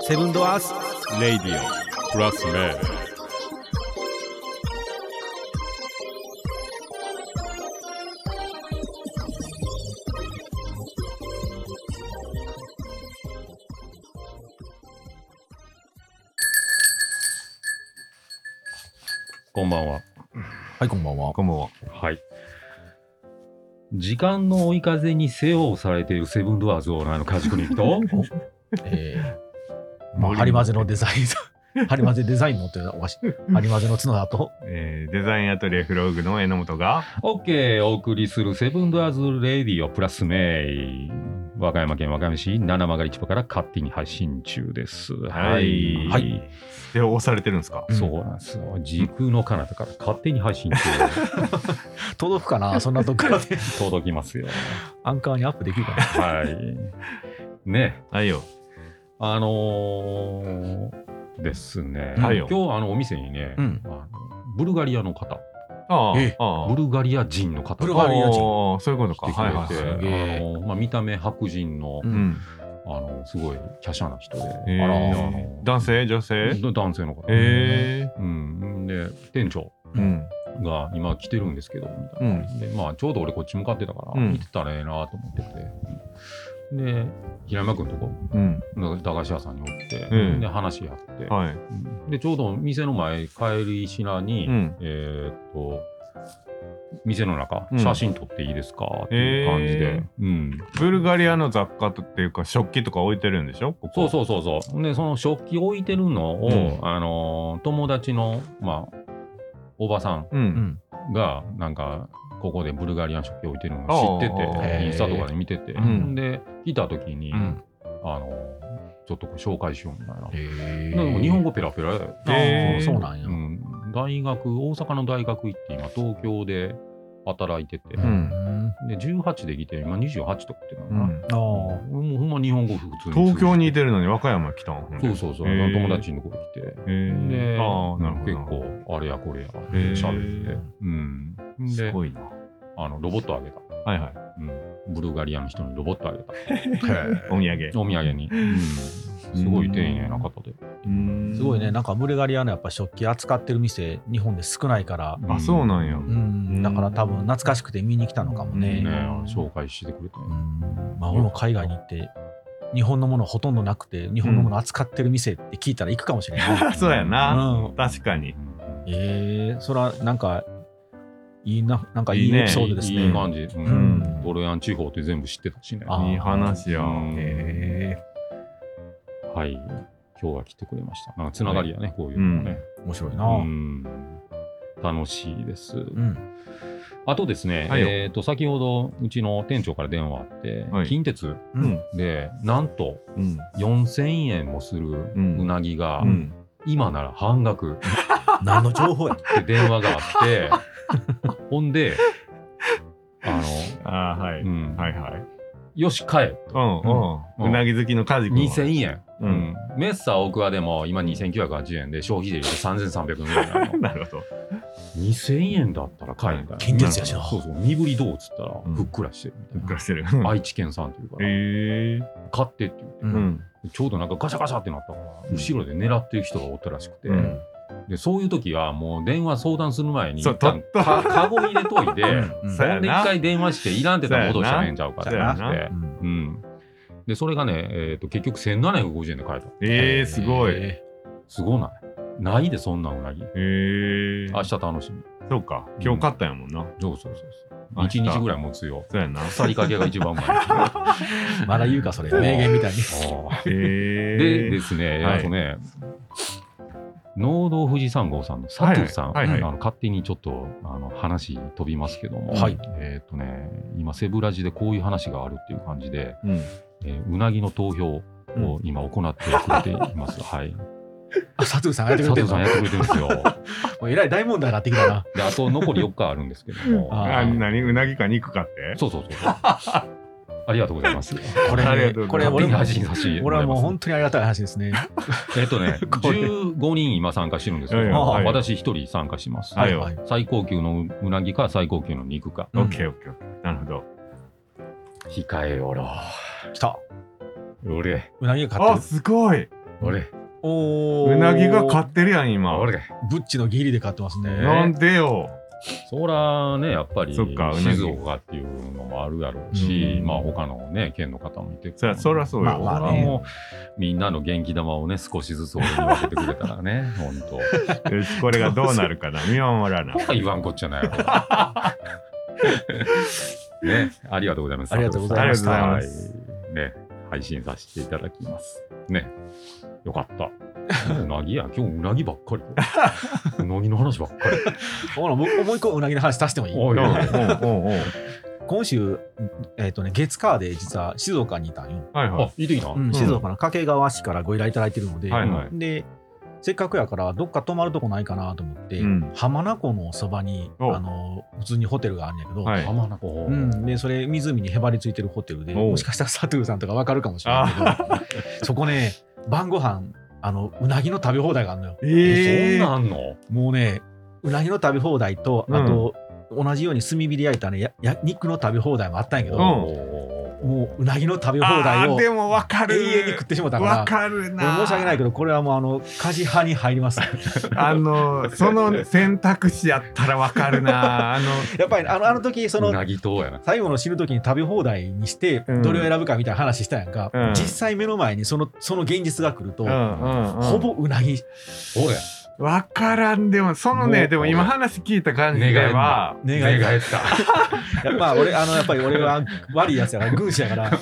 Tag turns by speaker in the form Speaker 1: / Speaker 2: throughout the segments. Speaker 1: セブンドアース
Speaker 2: レイディオプラスメこんばんは。
Speaker 3: はい、こんばんは。
Speaker 1: こんばんは
Speaker 2: はい。時間の追い風に背を押されているセブンドアーズオーナーの家畜に行く と、
Speaker 3: えー、まあ、ハリマゼのデザイ ン、ハリマゼデザインのっておかしい。ハリマゼの角だと、
Speaker 1: えーデザインアトリエフローグの榎本が
Speaker 2: オッケーお送りするセブンドアーズレディオプラスメイ。和歌山県和歌山市七曲市場から勝手に配信中です。
Speaker 1: はい
Speaker 2: はい。
Speaker 1: で押されてるんですか
Speaker 3: うん
Speaker 2: そうなんですよ。時空の彼方から勝手に配信中
Speaker 3: 届くかなそんなとこ からで。
Speaker 2: 届き ますよ。
Speaker 3: アンカーにアップできるかな
Speaker 2: はい。ね、
Speaker 1: はいよ
Speaker 2: あのーですね、
Speaker 1: はいよ
Speaker 2: 今日あのお店にね、
Speaker 3: うん
Speaker 2: あのブルガリアの方、
Speaker 1: ああ
Speaker 3: え
Speaker 1: あ
Speaker 2: ブルガリア人の方が
Speaker 3: ブルガリア人
Speaker 1: ああそういうことか
Speaker 2: 来てく
Speaker 1: はいはい
Speaker 2: れ
Speaker 1: は
Speaker 3: す
Speaker 2: て、
Speaker 3: げえ
Speaker 2: あのまあ、見た目白人の,、
Speaker 3: うん
Speaker 1: うん
Speaker 2: あのすごい華奢な人で、
Speaker 1: えー
Speaker 2: あらあの
Speaker 1: 男性女性
Speaker 2: だ男性の方、
Speaker 1: え
Speaker 2: うん、で店長
Speaker 1: えうん
Speaker 2: が今来てるんですけどみたいな、でまあ、ちょうど俺こっち向かってたから、
Speaker 1: うん
Speaker 2: 見てたらええなと思ってて、で平山君とこ
Speaker 1: うん
Speaker 2: なんか駄菓子屋さんにおって、
Speaker 1: うん
Speaker 2: で話やって、
Speaker 1: はい
Speaker 2: でちょうど店の前帰りしなに、
Speaker 1: うん
Speaker 2: えーっと店の中、
Speaker 1: うん
Speaker 2: 写真撮っていいですかっていう感じで、うん、
Speaker 1: ブルガリアの雑貨っていうか食器とか置いてるんでしょここ
Speaker 2: そうそうそうそうでその食器置いてるのを、
Speaker 1: うん
Speaker 2: あのー友達のまあおばさん
Speaker 1: う
Speaker 3: うんん。
Speaker 2: がなんかここでブルガリアン食器置いてるの
Speaker 1: あ
Speaker 2: を
Speaker 1: あ
Speaker 2: 知って
Speaker 3: へ
Speaker 2: て
Speaker 3: え
Speaker 2: インスタとかで見てて、
Speaker 1: うん
Speaker 2: で来た時に、
Speaker 3: うん。
Speaker 2: あのーちょっとこう紹介しようみたいな、
Speaker 3: え
Speaker 2: でも日本語ペラペラや
Speaker 3: あー
Speaker 1: えー
Speaker 3: そうなんや。
Speaker 2: うん、大学大阪の大学行って今東京で働いてて、
Speaker 3: うんん。
Speaker 2: で18で来て今28とかってなのか
Speaker 1: う
Speaker 2: な、
Speaker 1: ん
Speaker 3: ああ。
Speaker 2: もうほんま日本語普通に
Speaker 1: 東京にいて
Speaker 2: る
Speaker 1: るのに和歌山来たんほんで
Speaker 2: そうそうそう、
Speaker 1: へえ
Speaker 2: 友達のとこに来て
Speaker 1: へえ
Speaker 2: で
Speaker 1: ああなるほど
Speaker 2: 結構あれやこれや
Speaker 1: え
Speaker 2: 喋って、うん
Speaker 1: す
Speaker 2: で
Speaker 1: ごいな
Speaker 2: あのロボットあげた、
Speaker 1: はいはい
Speaker 2: うん、ブルガリアの人にロボットあげた
Speaker 1: お土産
Speaker 2: お土産に、うん、すごい丁寧な方で、
Speaker 1: うん
Speaker 3: すごいね、なんかブルガリアのやっぱ食器扱ってる店、日本で少ないから、
Speaker 1: あそうなんや
Speaker 3: うん、だから多分懐かしくて見に来たのかもね。
Speaker 2: ね紹介してくれて、
Speaker 3: うんまあ、俺も海外に行って、日本のものほとんどなくて、日本のもの扱ってる店って聞いたら行くかもしれな い。
Speaker 1: そうやな
Speaker 3: うん、
Speaker 1: 確かに
Speaker 3: ええそら、なんか、いいな、なんかい
Speaker 1: いい
Speaker 3: い
Speaker 1: ね
Speaker 3: エピソードですね。
Speaker 2: いい感じ、うん
Speaker 3: うん
Speaker 2: ドロヤン地方って全部知ってたしね。
Speaker 3: あー
Speaker 1: いい話や
Speaker 2: うん
Speaker 3: え
Speaker 2: はい。今日は来てくれました。なんかつながりやね、こういうのもね、
Speaker 3: え面白いうな。うん。
Speaker 2: ん楽しいです。あとですね、
Speaker 1: はいよ
Speaker 2: えっ、と、先ほどうちの店長から電話あって、
Speaker 1: はい
Speaker 2: 近鉄
Speaker 1: うん
Speaker 2: で、なんと
Speaker 1: うん
Speaker 2: 4000円もするうなぎが、
Speaker 1: うん
Speaker 2: 今なら半額っ
Speaker 3: 何の情報や。
Speaker 2: て電話があ って、ほんで、あ
Speaker 1: あーはい
Speaker 2: の、うん、
Speaker 1: はいはい
Speaker 2: よし、買えと。
Speaker 1: うんうんうなぎ好きのカジ君は
Speaker 2: 2000円、
Speaker 1: う
Speaker 2: うんん、メッサー大桑でも今2980円で消費税で3300円ぐらいなの
Speaker 1: なるほど
Speaker 2: 2000円だったら買えんだよ
Speaker 3: 近鉄やしな
Speaker 2: そうそう身振りどうっつったら
Speaker 1: うん
Speaker 2: ふっくらしてるみたいな
Speaker 1: ふっく、らしてる
Speaker 2: 愛知県産というから、
Speaker 1: へえ
Speaker 2: 買ってって言って
Speaker 3: う。
Speaker 1: うんん
Speaker 2: ちょうどなんかガシャガシャってなったから、
Speaker 1: うん
Speaker 2: 後ろで狙ってる人がおったらしくて、
Speaker 1: うん
Speaker 2: でそういう時はもう電話相談する前に
Speaker 1: そう
Speaker 2: 一旦
Speaker 1: とっと
Speaker 2: か カゴ入れといて
Speaker 3: うん
Speaker 1: そう
Speaker 2: ほ
Speaker 1: や
Speaker 2: んで一
Speaker 1: な
Speaker 2: 回電話していらんってたら戻したらええんちゃうかってなっ
Speaker 1: そうや
Speaker 2: て
Speaker 1: な
Speaker 3: うん
Speaker 2: うん、でそれがね、えー、と結局1750円で買えた
Speaker 1: えーすごいへ
Speaker 3: え
Speaker 2: すごないないでそんなうなぎ。
Speaker 1: え
Speaker 2: 明日楽しみ。
Speaker 1: そうか今日勝ったんやもんな
Speaker 2: そうそうそうそう。
Speaker 1: 明日
Speaker 2: 1日ぐらい持つ よ。
Speaker 1: そうやな
Speaker 2: 腐りかけが一番うまい。あ
Speaker 3: え まだ言うか、それ。名言みたいに。
Speaker 2: ー
Speaker 1: へえ
Speaker 2: でですね、
Speaker 1: はい
Speaker 2: あとね、農道富士山号さんの佐藤さん、
Speaker 1: はいはいはいはい
Speaker 2: あの勝手にちょっとあの話飛びますけども、
Speaker 3: はい
Speaker 2: えっ、とね、今、セブラジでこういう話があるっていう感じで、
Speaker 1: うん
Speaker 2: えーうなぎの投票を今行ってくれています。はい。
Speaker 3: あ、佐藤さんがやって
Speaker 2: 佐
Speaker 3: くれて
Speaker 2: 藤
Speaker 3: る
Speaker 2: さんやってくれてるんですよ。
Speaker 3: もうえらい大問題になってきたな。
Speaker 2: で、あと残り4日あるんですけども、
Speaker 3: あー
Speaker 1: あ何うなぎか肉かって
Speaker 2: そうそうそうそう。ありがとうございます。
Speaker 3: こ
Speaker 1: ありが
Speaker 3: れ、
Speaker 1: とう
Speaker 3: ね、
Speaker 1: ご
Speaker 3: こ
Speaker 1: ざ
Speaker 2: 勝手
Speaker 1: います
Speaker 3: れ俺も
Speaker 2: に配信させても
Speaker 3: 俺
Speaker 2: らい
Speaker 3: は
Speaker 2: ます
Speaker 3: もう本当にありがたい話ですね。
Speaker 2: えっとね、
Speaker 3: これ
Speaker 2: 15人今参加してるんですけ
Speaker 1: いや
Speaker 2: ど、
Speaker 1: いや
Speaker 3: はい
Speaker 2: 私1人参加します。
Speaker 1: はいよ
Speaker 3: はい
Speaker 2: 最高級のうなぎか最高級の肉か。
Speaker 3: うん
Speaker 1: オッケーオッケーオッケーなるほど
Speaker 2: 控えおろ
Speaker 3: 来た。
Speaker 2: う。俺、
Speaker 3: うなぎが買っ
Speaker 1: あ、
Speaker 3: てる。
Speaker 1: すごい
Speaker 2: 俺、
Speaker 3: おー
Speaker 1: うなぎが買ってるやん、今。
Speaker 2: 俺。
Speaker 3: ブッチのギリで買ってますね。
Speaker 2: え
Speaker 1: なんでよ。
Speaker 2: そらね、やっぱり
Speaker 1: そっかうなぎ
Speaker 2: 静岡っていうのもあるやろうし、
Speaker 3: うん
Speaker 2: まあ他のね、県の方もいて
Speaker 1: そりゃそらそうよ。
Speaker 3: まあまあ
Speaker 2: そらもうみんなの元気玉をね、少しずつ俺に分けてくれたら ね、ほんと。
Speaker 1: よし、これがどうなる かな。見守らな
Speaker 2: と。か言わんこっちゃないやろ。ね、ありがとうございます。
Speaker 3: ありがとうご
Speaker 1: ざいました
Speaker 2: はね、配信させていただきます。ね、よかった。うなぎや、今日うなぎばっかり。うなぎの話ばっかり。
Speaker 3: ほらもうもう一個うなぎの話足してもいい
Speaker 2: おい
Speaker 1: お
Speaker 2: おい
Speaker 1: うお
Speaker 2: うおい
Speaker 1: おうおう
Speaker 3: 今週、えっ、とね、月火で実は静岡にいたんよ。
Speaker 1: はいは
Speaker 2: あ
Speaker 1: い。、
Speaker 2: いいときな。
Speaker 3: うん静岡の掛川市からご依頼いただいてるので、
Speaker 1: はいはい
Speaker 3: で、せっかくやから、どっか泊まるとこないかなと思って、
Speaker 1: うん
Speaker 3: 浜名湖のそばに、
Speaker 1: お
Speaker 3: あの、普通にホテルがあるんやけど、
Speaker 1: はい
Speaker 2: 浜名湖。
Speaker 3: うん、でそれ湖にへばりついてるホテルで
Speaker 1: おう
Speaker 3: もしかしたらサトゥーさんとかわかるかもしれないけ どそこね晩ご飯あのうなぎの食べ放題があるのよ
Speaker 2: えそんなん
Speaker 1: ー
Speaker 2: あんの
Speaker 3: もうねうなぎの食べ放題と
Speaker 1: うん
Speaker 3: あと、同じように炭火で焼いたねやや肉の食べ放題もあったんやけど、もううなぎの食べ放題
Speaker 1: あー
Speaker 3: を
Speaker 1: で
Speaker 3: 永
Speaker 1: もわかる。
Speaker 3: 遠に食ってしまったから
Speaker 1: わかる
Speaker 3: 俺
Speaker 1: な。
Speaker 3: 申し訳ないけどこれはもうあの家事派に入ります
Speaker 1: あ の、その選択肢やったらわかるな。あの、
Speaker 3: やっぱりあのあの時そうの
Speaker 2: なぎとやな。
Speaker 3: 最後の死ぬ時に食べ放題にして
Speaker 1: うん
Speaker 3: どれを選ぶかみたいな話したやんか、
Speaker 1: うん
Speaker 3: 実際目の前にそのその現実が来ると、
Speaker 1: うんうんうん
Speaker 3: ほぼうなぎ
Speaker 2: おや、
Speaker 1: わからんでもその
Speaker 2: も
Speaker 1: ね
Speaker 2: う
Speaker 1: でも今話聞いた感じでは
Speaker 3: 願
Speaker 2: 寝
Speaker 3: いが
Speaker 2: 返った。
Speaker 3: いやまあ俺あのやっぱり俺は悪いやつやから軍師やから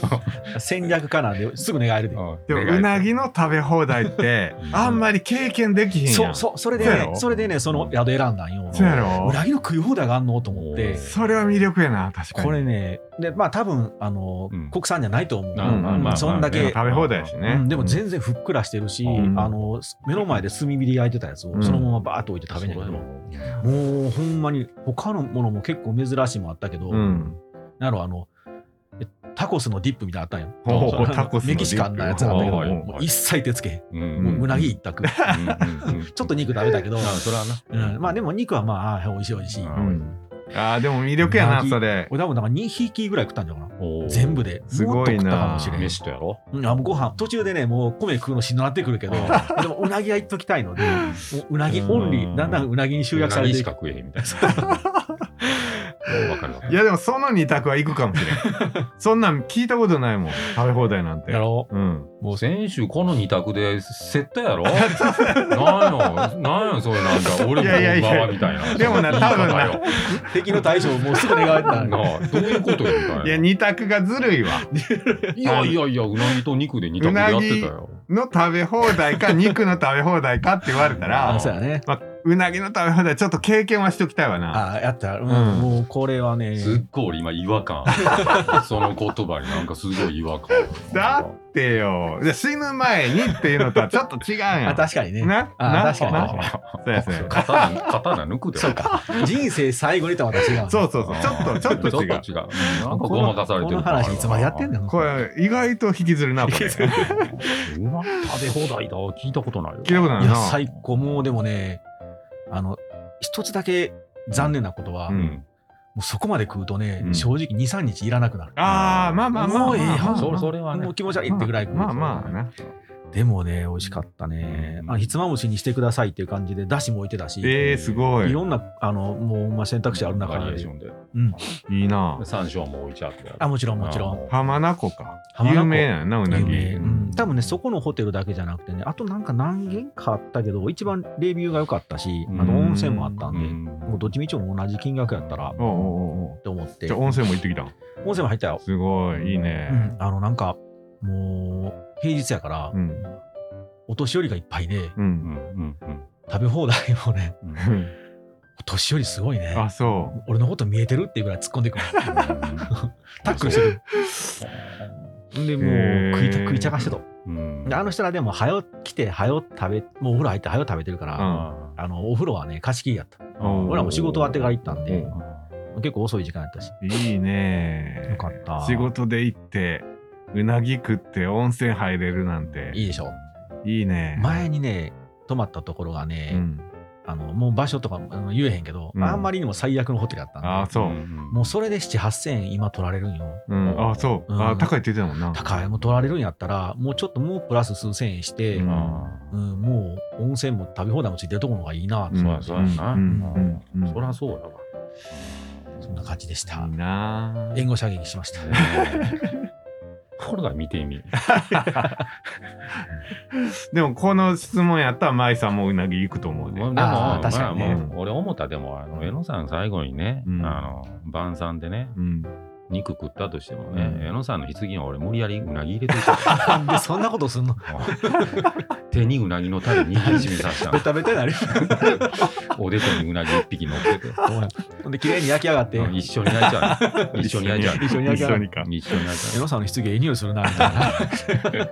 Speaker 3: 戦略家なんですぐ寝返るで
Speaker 1: でもうな
Speaker 2: ぎ。
Speaker 1: ぎの食べ放題って
Speaker 2: うん
Speaker 1: あんまり経験できひんやん
Speaker 3: そうそうそれで
Speaker 1: そうや
Speaker 3: ね
Speaker 1: ろ
Speaker 3: それでねその宿選んだんよ
Speaker 1: そうや
Speaker 3: う
Speaker 1: ろ
Speaker 3: なぎの食い放題があんのと思って
Speaker 1: それは魅力やな確かに
Speaker 3: これねでまあ多分あの、
Speaker 2: うん
Speaker 3: 国産じゃないと思う、
Speaker 2: まあまあ
Speaker 3: うん
Speaker 2: まあ
Speaker 3: そんだけ、
Speaker 1: でも食べ放題やしね、
Speaker 3: うんでも全然ふっくらしてるし、
Speaker 1: うん
Speaker 3: あの目の前で炭火で焼いてたやつを
Speaker 1: うん
Speaker 3: そのままバーッと置いて食べながら、もうほんまに他のものも結構珍しいもんあったけど、
Speaker 1: うん
Speaker 3: なるあのえタコスのディップみたいなのあったんよ
Speaker 1: ほうほう
Speaker 3: そう
Speaker 1: タコスのディップ
Speaker 3: メキシカンなやつなんだけど
Speaker 2: はいはいはい
Speaker 3: もう一切手つけへん
Speaker 2: う
Speaker 3: も
Speaker 1: ん
Speaker 3: ううなぎ一択ちょっと肉食べたけど、
Speaker 2: それはな。
Speaker 3: うん、まあでも肉はまああー美味しい美味しい
Speaker 2: うん
Speaker 1: うんあーでも魅力や
Speaker 3: うな
Speaker 1: な
Speaker 3: ぎ
Speaker 1: それ
Speaker 3: 俺多分だから2匹ぐらい食ったんじゃないか
Speaker 2: おー
Speaker 3: な全部。でもっと
Speaker 1: すごいな
Speaker 3: 食ったかもしれん
Speaker 2: 飯とやろ
Speaker 3: うんあもうご飯途中でねもう米食うのしんどなってくるけどでもうなぎは言っときたいのでもううなぎ
Speaker 1: うん
Speaker 3: オンリーだんだんうなぎに集約され
Speaker 2: うなぎし
Speaker 3: ていく
Speaker 2: か食えへんみたいな。わかるわか
Speaker 1: い
Speaker 2: る。
Speaker 1: やでもその二択は行くかもしれん そんなん聞いたことないもん食べ放題なんて
Speaker 3: やろ
Speaker 1: うん
Speaker 2: もう先週この二択でセットやろなんよ、なんよ、それなんか。俺
Speaker 1: いや
Speaker 2: も
Speaker 1: いやいや
Speaker 2: 馬場みたいな。
Speaker 1: でもな多分な
Speaker 2: よ。
Speaker 3: 敵の大将もうすぐ 願われてたの
Speaker 2: なあどういうことよみたいな。
Speaker 1: いや二択がずるい わ
Speaker 2: いやいやいや、うなぎと肉で二択でやってたよ。
Speaker 1: の食べ放題か肉の食べ放題かって言われた
Speaker 2: あ
Speaker 3: あ
Speaker 1: ら
Speaker 3: そうやね
Speaker 1: まあ、うなぎの食べ放題ちょっと経験はしときたいわな
Speaker 3: ああやったら、うん
Speaker 1: うん
Speaker 3: もうこれはね
Speaker 2: すっごい俺今違和 感。その言葉になんかすごい違和感。
Speaker 1: だってよで死ぬ前にっていうのとはちょっと違うや
Speaker 3: あ
Speaker 1: ん
Speaker 3: 確かにね
Speaker 1: な
Speaker 3: あ
Speaker 1: な
Speaker 3: 確かに
Speaker 1: な
Speaker 3: 確か
Speaker 1: そうやそうや
Speaker 2: 刀刀抜くで。
Speaker 3: そうか人生最後にとはまた違うね
Speaker 1: そうそうそうちょっとちょっと違う
Speaker 2: ちょっと違う。なんかごまかされて
Speaker 3: こ
Speaker 2: る
Speaker 3: の話いつまでやってんだよ
Speaker 1: これ意外と引きずるなこれ聞いたこ
Speaker 2: うま食べ放題だ。聞いたことないよ。
Speaker 1: とない
Speaker 3: い
Speaker 1: な
Speaker 3: や最高もうでもねあの一つだけ残念なことは、
Speaker 1: う
Speaker 3: も
Speaker 1: ん
Speaker 3: うそこまで食うとね、
Speaker 1: うん
Speaker 3: 正直23日いらなくなる
Speaker 1: あーまあまあまあ
Speaker 3: もうええやん
Speaker 1: まあまあ
Speaker 2: それそれはね
Speaker 3: もう。気持ち悪いってぐらい食う、
Speaker 1: まあまあな
Speaker 3: でもね美味しかったね、
Speaker 2: うん
Speaker 3: あのひつまぶしにしてくださいっていう感じでだしも置いてたし、
Speaker 1: えー、すごい
Speaker 3: いろんなあのもうほんま選択肢ある中
Speaker 2: バリエー
Speaker 3: で
Speaker 2: ションで。
Speaker 3: うん
Speaker 1: いいな
Speaker 2: 山椒も置いちゃって。
Speaker 3: あもちろんもちろん
Speaker 2: ん。
Speaker 1: 浜名湖か
Speaker 3: 浜名湖
Speaker 1: 有名やなうな
Speaker 3: 有
Speaker 1: ぎ
Speaker 3: 名
Speaker 2: う
Speaker 3: うんん、多分ねそこのホテルだけじゃなくてねあとなんか何軒かあったけど一番レビューが良かったしあ
Speaker 2: う
Speaker 3: の
Speaker 2: ん
Speaker 3: 温泉もあったんで、もう
Speaker 2: う
Speaker 3: どっちみちも同じ金額やったら
Speaker 1: おうおうおうおう
Speaker 3: と思って
Speaker 1: じゃあ温泉も行ってきたん
Speaker 3: 温泉も入ったよ、
Speaker 1: すごいいいうね
Speaker 3: ん、あのなんかもう平日やから
Speaker 1: うん
Speaker 3: お年寄りがいっぱいで
Speaker 1: うん、
Speaker 2: んうん
Speaker 3: 食べ放題もね
Speaker 2: うん。
Speaker 3: お年寄りすごいね
Speaker 1: あそ
Speaker 3: 俺のこと見えてるっていうぐらい突っ込んでくるタックルしてるでも
Speaker 1: へー
Speaker 3: う食いた食い散らかしてと
Speaker 2: うん
Speaker 3: であの人らでも早来て早食べもうお風呂入って早食べてるから、
Speaker 1: うん
Speaker 3: あのお風呂はね貸し切りやった
Speaker 1: ううん
Speaker 3: 俺らも仕事終わってから行ったんで
Speaker 1: う
Speaker 3: 結構遅い時間やったし
Speaker 1: いいね
Speaker 3: よかった
Speaker 1: 仕事で行ってうなぎ食って温泉入れるなんて
Speaker 3: いいでしょ
Speaker 1: いいね
Speaker 3: 前にね泊まったところがね、
Speaker 1: うん
Speaker 3: あのもう場所とかあの言えへんけど、
Speaker 1: うん
Speaker 3: あんまりにも最悪のホテルやったんで
Speaker 1: ああそう、
Speaker 2: ん
Speaker 3: もうそれで7 8000円今取られるんよ
Speaker 1: うん、あそう、あ
Speaker 3: うん
Speaker 1: 高いって言ってたもんな
Speaker 3: 高いもん取られるんやったらもうちょっともうプラス数千円して、
Speaker 1: う
Speaker 3: うんん
Speaker 2: あ
Speaker 3: もう温泉も食べ放題もついてるところの方がいいな
Speaker 2: あそうやそうやな、
Speaker 1: うんうんうん
Speaker 2: そりゃそうやわ、
Speaker 3: そんな感じでした、
Speaker 1: いいな
Speaker 3: 援護射撃しました、
Speaker 2: これが見てみる
Speaker 1: でもこの質問やったら舞さんもうなぎ行くと思うで、
Speaker 2: まあでも、
Speaker 3: あー確かに
Speaker 2: ま
Speaker 3: ね
Speaker 2: あもう俺思ったでも、あの、江野さん最後にね、
Speaker 1: うん
Speaker 2: あの、晩餐でね、
Speaker 1: うん、
Speaker 2: 肉食ったとしてもね、
Speaker 1: うん
Speaker 2: 江野さんの棺には俺無理やりうなぎ入れてい た。
Speaker 3: なんでそんなことすんの
Speaker 2: 手にうなぎのタレ握りしめさせた
Speaker 3: ベ
Speaker 2: の。
Speaker 3: タベタに なる
Speaker 2: おでこにうなぎ一匹乗ってて。
Speaker 3: ほんで綺麗に焼き上がって
Speaker 2: うん一緒に焼いちゃ う。一緒に焼いちゃう。
Speaker 1: 一緒に
Speaker 3: 焼
Speaker 1: 一
Speaker 3: き上が
Speaker 1: 緒
Speaker 3: る
Speaker 1: にか、
Speaker 2: 一緒に焼いち
Speaker 3: 江
Speaker 2: ゃ
Speaker 3: 野さんの棺がいい匂いするなみたいな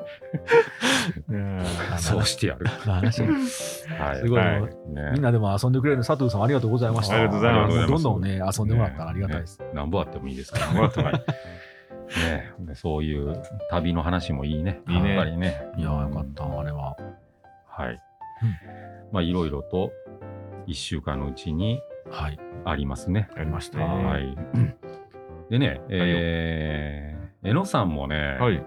Speaker 1: うん
Speaker 2: う。そうしてやる。
Speaker 3: な 話
Speaker 2: はい。
Speaker 3: すごい、
Speaker 1: はい
Speaker 2: ね
Speaker 3: みんなでも遊んでくれる佐藤さんありがとうございました
Speaker 1: ありがとうございます
Speaker 3: もどんどんね遊んでもらったらありがたいです、
Speaker 2: なんぼあってもいいですから。なんぼあってもいい。ねえそういう旅の話もいいね。
Speaker 1: いいね
Speaker 2: やっぱりね。
Speaker 3: いやーよかったあれは
Speaker 2: はい。
Speaker 3: うん
Speaker 2: まあいろいろと1週間のうちに
Speaker 3: はい
Speaker 2: ありますね。
Speaker 1: やりましたね
Speaker 2: は。
Speaker 1: はい
Speaker 2: でね、えー、えのさんもね、
Speaker 1: い、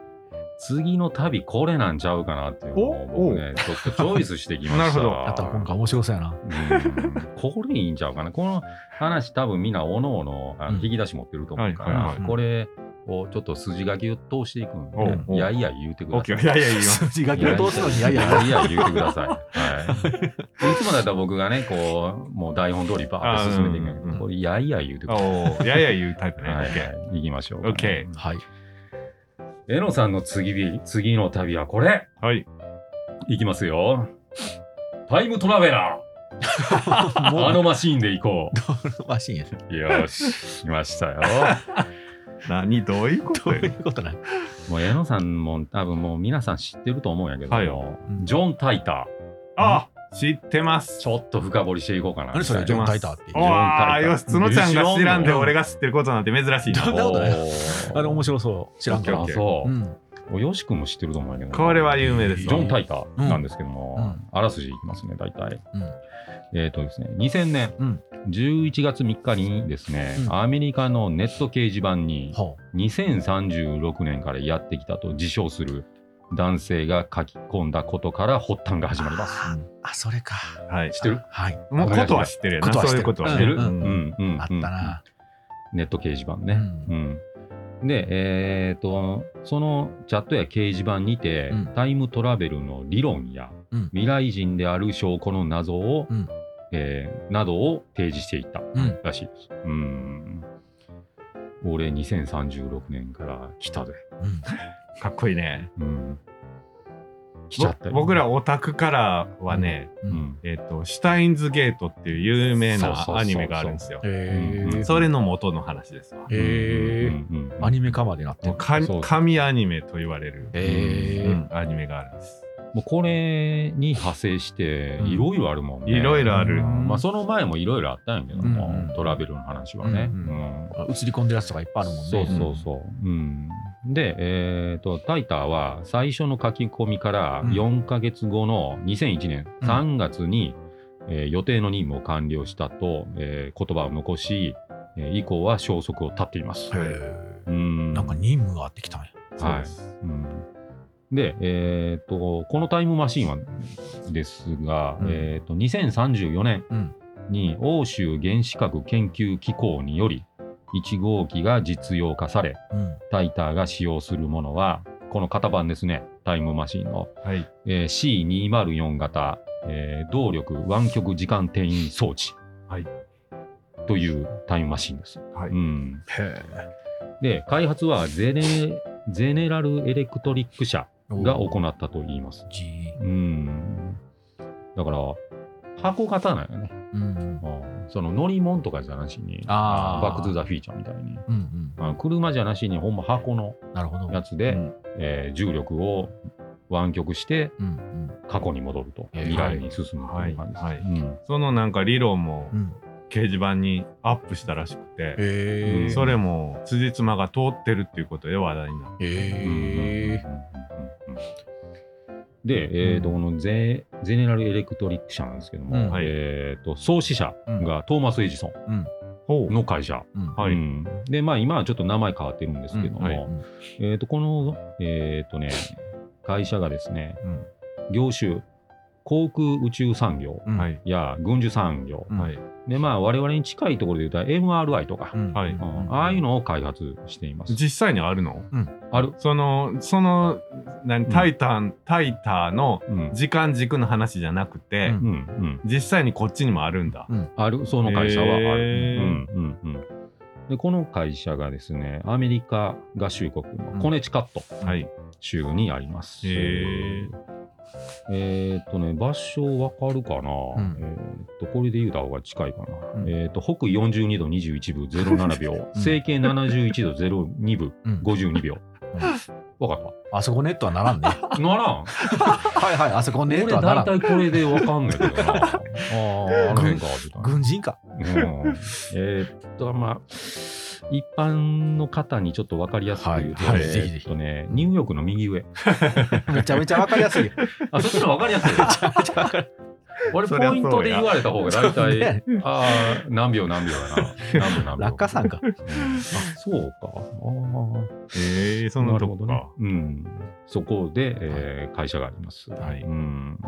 Speaker 2: 次の旅これなんちゃうかなっていうのを
Speaker 1: お
Speaker 2: 僕ね、ちょっとチョイスしてきました。
Speaker 1: なるほど
Speaker 3: あとは今回面白そうやな
Speaker 2: うんこれいいんちゃうかな。この話多分みんなおのおのあの
Speaker 3: うん
Speaker 2: 引き出し持ってると思うか
Speaker 1: はいはい
Speaker 2: ら
Speaker 3: は、い
Speaker 2: これをちょっと筋書きを通していくん
Speaker 1: お
Speaker 2: で
Speaker 1: う、おう
Speaker 2: やいやい言うてくだ
Speaker 1: オ
Speaker 2: さい。
Speaker 1: ッケーいやいやいい よ
Speaker 3: 筋書きを通すのにいやいや
Speaker 2: いやいや言うてください。はい。いつもだったら僕がね、こう、もう台本通りバーッと進めていくんやけど
Speaker 1: あーうんうんうん
Speaker 2: これ、いやいや言うてください。
Speaker 1: おーいやいや言うタイプね、
Speaker 2: は
Speaker 1: オッケー
Speaker 2: い。行きましょう。
Speaker 1: オッケ
Speaker 3: はい
Speaker 2: ー。えのさんの次び、次の旅はこれ
Speaker 1: はい
Speaker 2: 行きますよ。タイムトラベラー
Speaker 3: もう
Speaker 2: あのマシーンで行こ
Speaker 3: マシンや
Speaker 2: う。よし、来ました よ。
Speaker 1: 何どういうこと
Speaker 3: どうい
Speaker 1: よ
Speaker 3: うことない
Speaker 2: もう、えのさんも多分もう皆さん知ってると思うんやけど、
Speaker 1: はい
Speaker 2: ジョン・タイタ
Speaker 1: あ知ってます
Speaker 2: ー。ちょっと深掘りしていこうかな。
Speaker 3: 何それジョン・タイターって
Speaker 2: ジョン
Speaker 1: ああ
Speaker 2: タイタ
Speaker 1: よし角ちゃんが知らんで
Speaker 2: 後ろの
Speaker 1: 俺が知ってることなんて珍しい
Speaker 3: ど
Speaker 1: な
Speaker 3: うなことない
Speaker 2: おー
Speaker 3: あれ面白そう知らんか
Speaker 1: オ
Speaker 3: ら
Speaker 1: ッ
Speaker 2: あ
Speaker 1: ケー
Speaker 2: そうう。
Speaker 3: ん
Speaker 2: およし君も知ってると思うんやけど。
Speaker 1: これは有名です
Speaker 2: ジ
Speaker 1: わ
Speaker 2: ョン・タイターなんですけども、
Speaker 3: うんうん
Speaker 2: あらすじいきますね、大体。
Speaker 3: うん
Speaker 2: えっ、とですね、2000年
Speaker 3: うん
Speaker 2: 11月3日にですね、
Speaker 3: うん
Speaker 2: アメリカのネット掲示板に、
Speaker 3: ほ
Speaker 2: 2036年からやってきたと自称する男性が書き込んだことから発端が
Speaker 3: う
Speaker 2: 始まります。
Speaker 3: あーあそれか
Speaker 1: はい
Speaker 2: 知ってる
Speaker 3: はい
Speaker 1: もうことは知ってるよな
Speaker 3: ことは知
Speaker 1: そう
Speaker 3: ってる
Speaker 1: いうことは
Speaker 2: 知っ
Speaker 1: ね
Speaker 2: てる、
Speaker 3: うん
Speaker 2: うんうんうん
Speaker 3: あったな
Speaker 2: ネット掲示板ね。
Speaker 3: う
Speaker 2: うんで、えっ、と、そのチャットや掲示板にて、
Speaker 3: うん
Speaker 2: タイムトラベルの理論や、
Speaker 3: うん
Speaker 2: 未来人である証拠の謎を、
Speaker 3: うん
Speaker 2: えーなどを提示していった
Speaker 3: うん
Speaker 2: らしいです。うん。俺2036年から来たで。
Speaker 3: うん
Speaker 1: かっこいいね
Speaker 2: うん。来ちゃったよ
Speaker 1: ぼ僕、らオタクからはね、
Speaker 3: う
Speaker 2: うんん。
Speaker 1: えっ、と「シュタインズゲート」っていう有名
Speaker 2: そうそうそうそう
Speaker 1: なアニメがあるんですよ
Speaker 2: う
Speaker 3: え
Speaker 2: ん
Speaker 3: ー
Speaker 1: それの元の話ですわ
Speaker 3: えー
Speaker 2: うんうんうん
Speaker 3: アニメ化までなって
Speaker 1: もう
Speaker 3: る
Speaker 1: か
Speaker 2: そう
Speaker 1: 神アニメと言われる、
Speaker 3: え
Speaker 1: う
Speaker 3: ー
Speaker 1: んアニメがあるんです
Speaker 2: もうこれに派生して、
Speaker 3: うん
Speaker 2: いろいろあるもんね。
Speaker 1: いろいろある
Speaker 2: うんまあ、その前もいろいろあったんやけども、
Speaker 3: うんうん
Speaker 2: トラベルの話はね。
Speaker 3: うんう
Speaker 2: うん
Speaker 3: 映り込んでるやつとかいっぱいあるもんね
Speaker 2: そうそうそう。うんで、えーと、タイターは最初の書き込みから
Speaker 3: うん
Speaker 2: 4ヶ月後の2001年
Speaker 3: うん
Speaker 2: 3月に、えー予定の任務を完了したと、えー言葉を残し、えー以降は消息を絶っています。
Speaker 3: へー
Speaker 2: うん
Speaker 3: なんか任務があってきたんや
Speaker 1: そうです、
Speaker 2: うんで、えーと、このタイムマシンはですが、
Speaker 3: うん
Speaker 2: えーと2034年
Speaker 3: うん
Speaker 2: に欧州原子核研究機構により1号機が実用化され、
Speaker 3: うん
Speaker 2: タイターが使用するものは、この型番ですね、タイムマシンの、
Speaker 1: はい
Speaker 2: えー C204 型、えー動力湾曲時間転移装置、
Speaker 1: はい
Speaker 2: というタイムマシンです。
Speaker 1: はい
Speaker 2: うん、
Speaker 3: へ
Speaker 2: で、開発はゼネゼネラルエレクトリック社
Speaker 3: え
Speaker 2: が行ったといいます。
Speaker 3: G
Speaker 2: うん、だから、箱型なんよね。
Speaker 3: うん
Speaker 2: うんその乗り物とかじゃなしに、
Speaker 3: あー
Speaker 2: バック・トゥ・ザ・フィーチャーみたいに。
Speaker 3: うん
Speaker 2: あの車じゃなしに、ほんま箱の
Speaker 3: うんなるほど
Speaker 2: やつで、
Speaker 1: うん
Speaker 2: えー重力を湾曲して
Speaker 3: うんうん
Speaker 2: 過去に戻ると
Speaker 3: えー
Speaker 2: 未来に進むという感じです。
Speaker 1: はいはい
Speaker 2: うん
Speaker 1: そのなんか理論も
Speaker 3: うん
Speaker 1: 掲示板にアップしたらしくて、
Speaker 3: へ
Speaker 2: うん
Speaker 3: え
Speaker 1: それも辻褄が通ってるっていうことで話題になる
Speaker 3: へえ
Speaker 2: うんうんうんうんで、えーと
Speaker 1: うん
Speaker 2: このゼゼネラル・エレクトリック社なんですけども、
Speaker 3: うん
Speaker 1: はい
Speaker 2: えーと創始者がトーマス・エジソン
Speaker 3: うん
Speaker 1: ほう。
Speaker 2: の会社、
Speaker 3: うん
Speaker 1: はい
Speaker 2: うんでまあ、今はちょっと名前変わってるんですけども、
Speaker 1: うんはい
Speaker 2: えーとこの、えーとね、会社がですね
Speaker 3: うん
Speaker 2: 業種航空宇宙産業
Speaker 3: うん
Speaker 1: はい。
Speaker 2: や軍需産業、
Speaker 3: うん
Speaker 1: はい。
Speaker 2: でまあ我々に近いところで言うと MRI とか、
Speaker 3: うん
Speaker 1: はい
Speaker 2: うんああいうのを開発しています。
Speaker 1: 実際にあるの
Speaker 2: ある、
Speaker 1: その、その、何、
Speaker 2: うん
Speaker 1: タイタン、タイターの
Speaker 2: うん
Speaker 1: 時間軸の話じゃなくて、
Speaker 3: うん
Speaker 2: うんうん、
Speaker 1: 実際にこっちにもあるんだ。
Speaker 2: あるその会社はある。
Speaker 1: へー
Speaker 2: うんうんうんでこの会社がですねアメリカ合衆国
Speaker 3: うん
Speaker 2: のコネチカット
Speaker 1: はい。
Speaker 2: 州にあります。
Speaker 1: へー
Speaker 2: えーっとね場所わかるかな、
Speaker 3: うん
Speaker 2: えーっとこれで言うた方が近いかな、
Speaker 3: うん
Speaker 2: えーっと北緯42度21分07秒、
Speaker 3: うん
Speaker 2: 整形71度02分
Speaker 3: うん
Speaker 2: 52秒、わかっ
Speaker 3: あそこネットはならんね。
Speaker 2: たならん
Speaker 3: はいはい、あそこネ
Speaker 2: 俺
Speaker 3: ットはなら
Speaker 2: 大
Speaker 3: ん。
Speaker 2: 体これでわかんないけ どなあーあの辺かみたいな
Speaker 3: 軍人か。
Speaker 2: うんえーっと、まあ、一般の方にちょっと分かりやすく言うと、
Speaker 1: はいはい
Speaker 2: え
Speaker 3: ぜひぜひ
Speaker 2: ーっとね、ニューヨークの右上。
Speaker 3: めちゃめちゃわかりやすいよ。
Speaker 2: あ、そっちの方が分かりや すい。俺、
Speaker 1: そりゃ
Speaker 2: ポ
Speaker 1: そう
Speaker 2: イ
Speaker 1: や
Speaker 2: ントで言われた方が 大体
Speaker 3: ね、
Speaker 2: ああ、何秒何秒やな。何秒何秒。
Speaker 3: 落下さん
Speaker 2: あ、
Speaker 3: か。
Speaker 2: そうか。ああ、
Speaker 1: ええ、そんな
Speaker 2: なる
Speaker 1: と
Speaker 2: ほ
Speaker 1: こ
Speaker 2: ど
Speaker 1: か
Speaker 2: ね。。うん。そこで、えー会社があります。
Speaker 1: はい
Speaker 2: うん。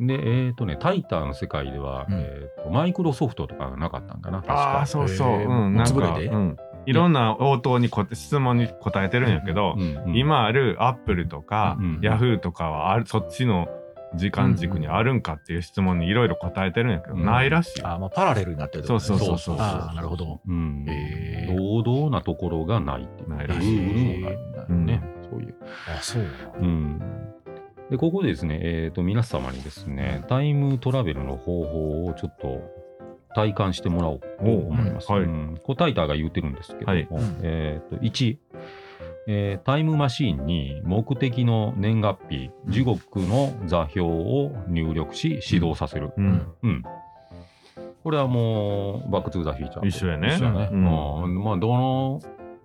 Speaker 2: で、えーっとね、タイターの世界では、
Speaker 3: うん
Speaker 2: えーっと、マイクロソフトとかがなかったんかな。確
Speaker 1: あ
Speaker 2: か
Speaker 1: あ、そうそう。
Speaker 3: へえ
Speaker 1: うん、なん
Speaker 3: つぶれ
Speaker 1: か、
Speaker 3: て
Speaker 1: うんいろんな応答にこ質問に答えてるんやけど
Speaker 2: う、んうん
Speaker 1: 今あるアップルとか、
Speaker 2: うん
Speaker 1: ヤフーとかはあるそっちの時間軸にあるんかっていう質問にいろいろ答えてるんやけど、
Speaker 2: うん
Speaker 1: ないらしいよ。
Speaker 3: あまあパラレルになってるってことね
Speaker 1: そうそうそうそう
Speaker 3: ああ、なるほど。
Speaker 2: うん
Speaker 3: へー
Speaker 2: 堂々なところがないっていう
Speaker 1: ないらしい
Speaker 2: Google もないんだよね、そういう。
Speaker 3: あそう
Speaker 2: うんでここでですね、えーと皆様にですね、タイムトラベルの方法をちょっと体感してもらおうと思います。
Speaker 1: おうはい
Speaker 2: うんこうタイターが言ってるんですけども、
Speaker 1: はい
Speaker 2: えーと1、えータイムマシーンに目的の年月日、時刻の座標を入力し、始動させる。
Speaker 1: うん、
Speaker 2: うん。これはもう、バックトゥーザフィーチャー。
Speaker 1: 一緒やね
Speaker 2: 一緒やね。
Speaker 1: うん
Speaker 2: うんまあ、どの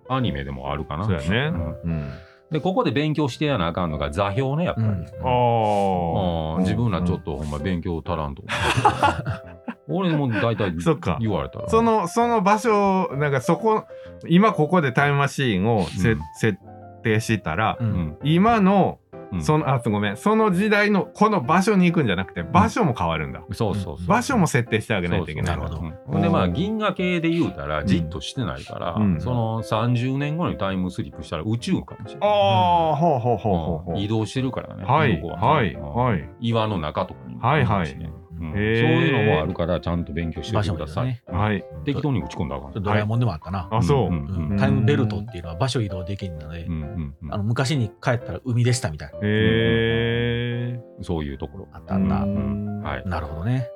Speaker 2: アニメでもあるかな。
Speaker 1: そうやね。うん、
Speaker 2: で、ここで勉強してやなあかんのが座標ね、やっぱり。
Speaker 3: う
Speaker 1: あ
Speaker 3: ん
Speaker 1: あ、
Speaker 2: ああ自分らちょっとほんま勉強足らんと思う。 俺も大体
Speaker 1: そっか
Speaker 2: 言われたら。
Speaker 1: そのその場所をなんかそこ今ここでタイムマシーンをせ、
Speaker 2: うん
Speaker 1: 設定したら、
Speaker 3: う。
Speaker 2: うんん、
Speaker 1: 今の
Speaker 2: うん
Speaker 1: そのあごめんその時代のこの場所に行くんじゃなくて場所も変わるんだ、
Speaker 2: そうそうそう。
Speaker 1: 場所も設定してあげない
Speaker 2: そう
Speaker 1: とい
Speaker 2: そ
Speaker 1: け
Speaker 2: う
Speaker 1: な
Speaker 2: ないる
Speaker 1: か
Speaker 2: ほ
Speaker 1: ら
Speaker 2: ど
Speaker 3: なる
Speaker 2: うんでまあ銀河系で言うたらじっとしてないから、
Speaker 1: うん
Speaker 2: その30年後にタイムスリップしたら宇宙かもしれない、
Speaker 1: ああほうほうほうほうほう、
Speaker 2: 移動してるからね
Speaker 1: はい
Speaker 2: 向こう
Speaker 1: はい
Speaker 2: うん
Speaker 1: はい
Speaker 2: 岩の中とかにも
Speaker 1: はいはい
Speaker 2: あるしねうん
Speaker 1: へー
Speaker 2: そういうのもあるからちゃんと勉強してお
Speaker 3: 場
Speaker 2: いて
Speaker 3: 所
Speaker 2: く
Speaker 3: も
Speaker 2: だ
Speaker 3: だ
Speaker 2: さい、
Speaker 3: ね。
Speaker 1: はい
Speaker 2: 適当に打ち込んだらあかん
Speaker 3: ドラえもんでもあったな。
Speaker 1: あそう、
Speaker 2: うんうん
Speaker 3: うんタイムベルトっていうのは場所移動できるので
Speaker 2: う、んうんうん
Speaker 3: あの昔に帰ったら海でしたみたいな。
Speaker 1: へえ
Speaker 2: そういうところ
Speaker 3: あったあった
Speaker 2: うんはい
Speaker 3: なるほどね。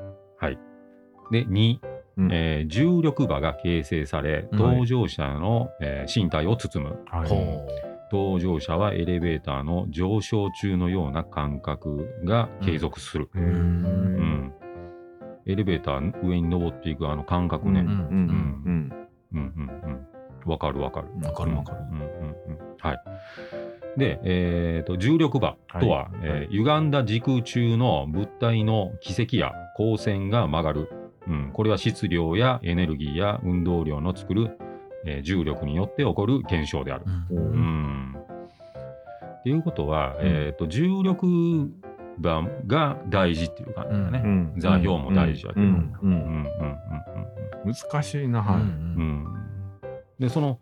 Speaker 2: で2、
Speaker 1: うん
Speaker 2: えー重力場が形成され
Speaker 3: うん
Speaker 2: 同乗者の、えー身体を包む
Speaker 1: はい
Speaker 3: ほう。
Speaker 2: 同乗者はエレベーターの上昇中のような感覚が継続する、
Speaker 1: へー
Speaker 2: うんエレベーター上に登っていくあの感覚ね、
Speaker 1: う
Speaker 2: うんん、
Speaker 1: うんうん
Speaker 2: うんうんうんわかるわかる
Speaker 3: わかるわかる。
Speaker 2: うんうんうんはい。で、えーと重力場とは、えー
Speaker 1: はい
Speaker 2: 歪んだ時空中の物体の軌跡や光線が曲がる、うん、これは質量やエネルギーや運動量の作る、えー重力によって起こる現象である。
Speaker 3: う
Speaker 2: うんん。っていうことは、
Speaker 1: ん
Speaker 2: えーと重力場が大事っていう感じだね。う
Speaker 1: う
Speaker 2: ん
Speaker 1: ん
Speaker 2: 座標も大事やけど
Speaker 1: うんう
Speaker 2: うんんうんうん
Speaker 1: うん難しいな、
Speaker 3: う
Speaker 1: はい
Speaker 2: うんうんん。でその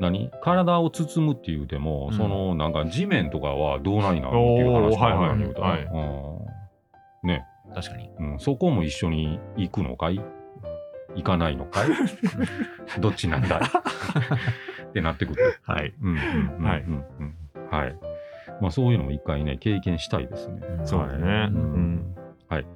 Speaker 2: 何体を包むって言うても、
Speaker 3: うん
Speaker 2: そのなんか地面とかはどうないなっていう
Speaker 1: お
Speaker 2: 話
Speaker 1: ーはいはい
Speaker 2: に言うたら、
Speaker 1: はい
Speaker 2: うんね、
Speaker 3: 確かに。
Speaker 2: うん、そこも一緒に行くのかい行かないの かいどっちなんだいってなってくる。
Speaker 1: はい。
Speaker 2: うんうんうんうん
Speaker 1: はい
Speaker 2: うんはいまあ、そういうのも一回ね経験したいですね。
Speaker 1: そうだね
Speaker 2: う
Speaker 3: うん
Speaker 2: んはい。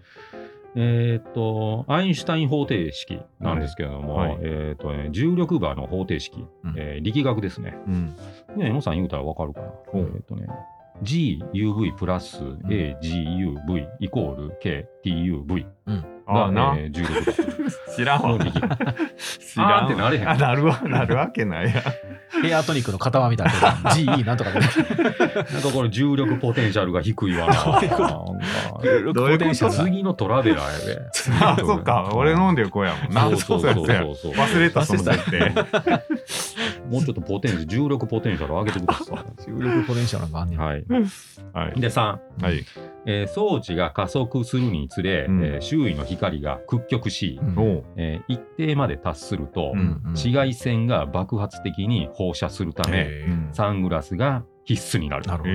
Speaker 2: えーっと、アインシュタイン方程式なんですけれども、
Speaker 1: はいはい
Speaker 2: えーっとね、重力場の方程式、
Speaker 3: うん
Speaker 2: えー力学ですね。
Speaker 1: うん
Speaker 2: これ、江野さん言うたらわかるかな。
Speaker 1: ほ
Speaker 2: え
Speaker 1: う
Speaker 2: ーっとね、GUV プラス AGUV イコール KTUV。
Speaker 3: うん
Speaker 1: ああ
Speaker 2: が
Speaker 1: な、
Speaker 2: えー重力だと。
Speaker 1: 知らん
Speaker 2: の
Speaker 1: わ。
Speaker 2: 力
Speaker 1: 知
Speaker 2: あー
Speaker 1: らんわ
Speaker 2: ってなれへん
Speaker 1: あ、なるわ、なるわけないや。
Speaker 3: ヘアトニックの片輪みたいな。GE なんとかで。
Speaker 2: なんかこれ重力ポテンシャルが低い わな。
Speaker 3: 重力
Speaker 1: どういうこと
Speaker 3: ポテンシャルが
Speaker 2: 次のトラベラーやで。
Speaker 1: あ、そっか、俺飲んでる子やもんな。そうそうそうや。
Speaker 2: そう
Speaker 1: 忘れた、その設定。
Speaker 2: もうちょっとポテンシャル、重力ポテンシャル上げてくださ
Speaker 3: 重力ポテンシャルがあんね
Speaker 2: い。
Speaker 3: ん。
Speaker 2: はい。
Speaker 1: はい。
Speaker 2: で、3、
Speaker 1: はい。
Speaker 2: えー装置が加速するにつれ、
Speaker 1: うん
Speaker 2: えー周囲の光が屈曲し、
Speaker 3: うん
Speaker 1: おう。
Speaker 2: えー一定まで達すると、
Speaker 1: うん
Speaker 2: 紫外線が爆発的に放射するため、
Speaker 3: へ
Speaker 1: う
Speaker 3: ー
Speaker 1: ん
Speaker 2: サングラスが必須になる。
Speaker 3: なるほど
Speaker 1: え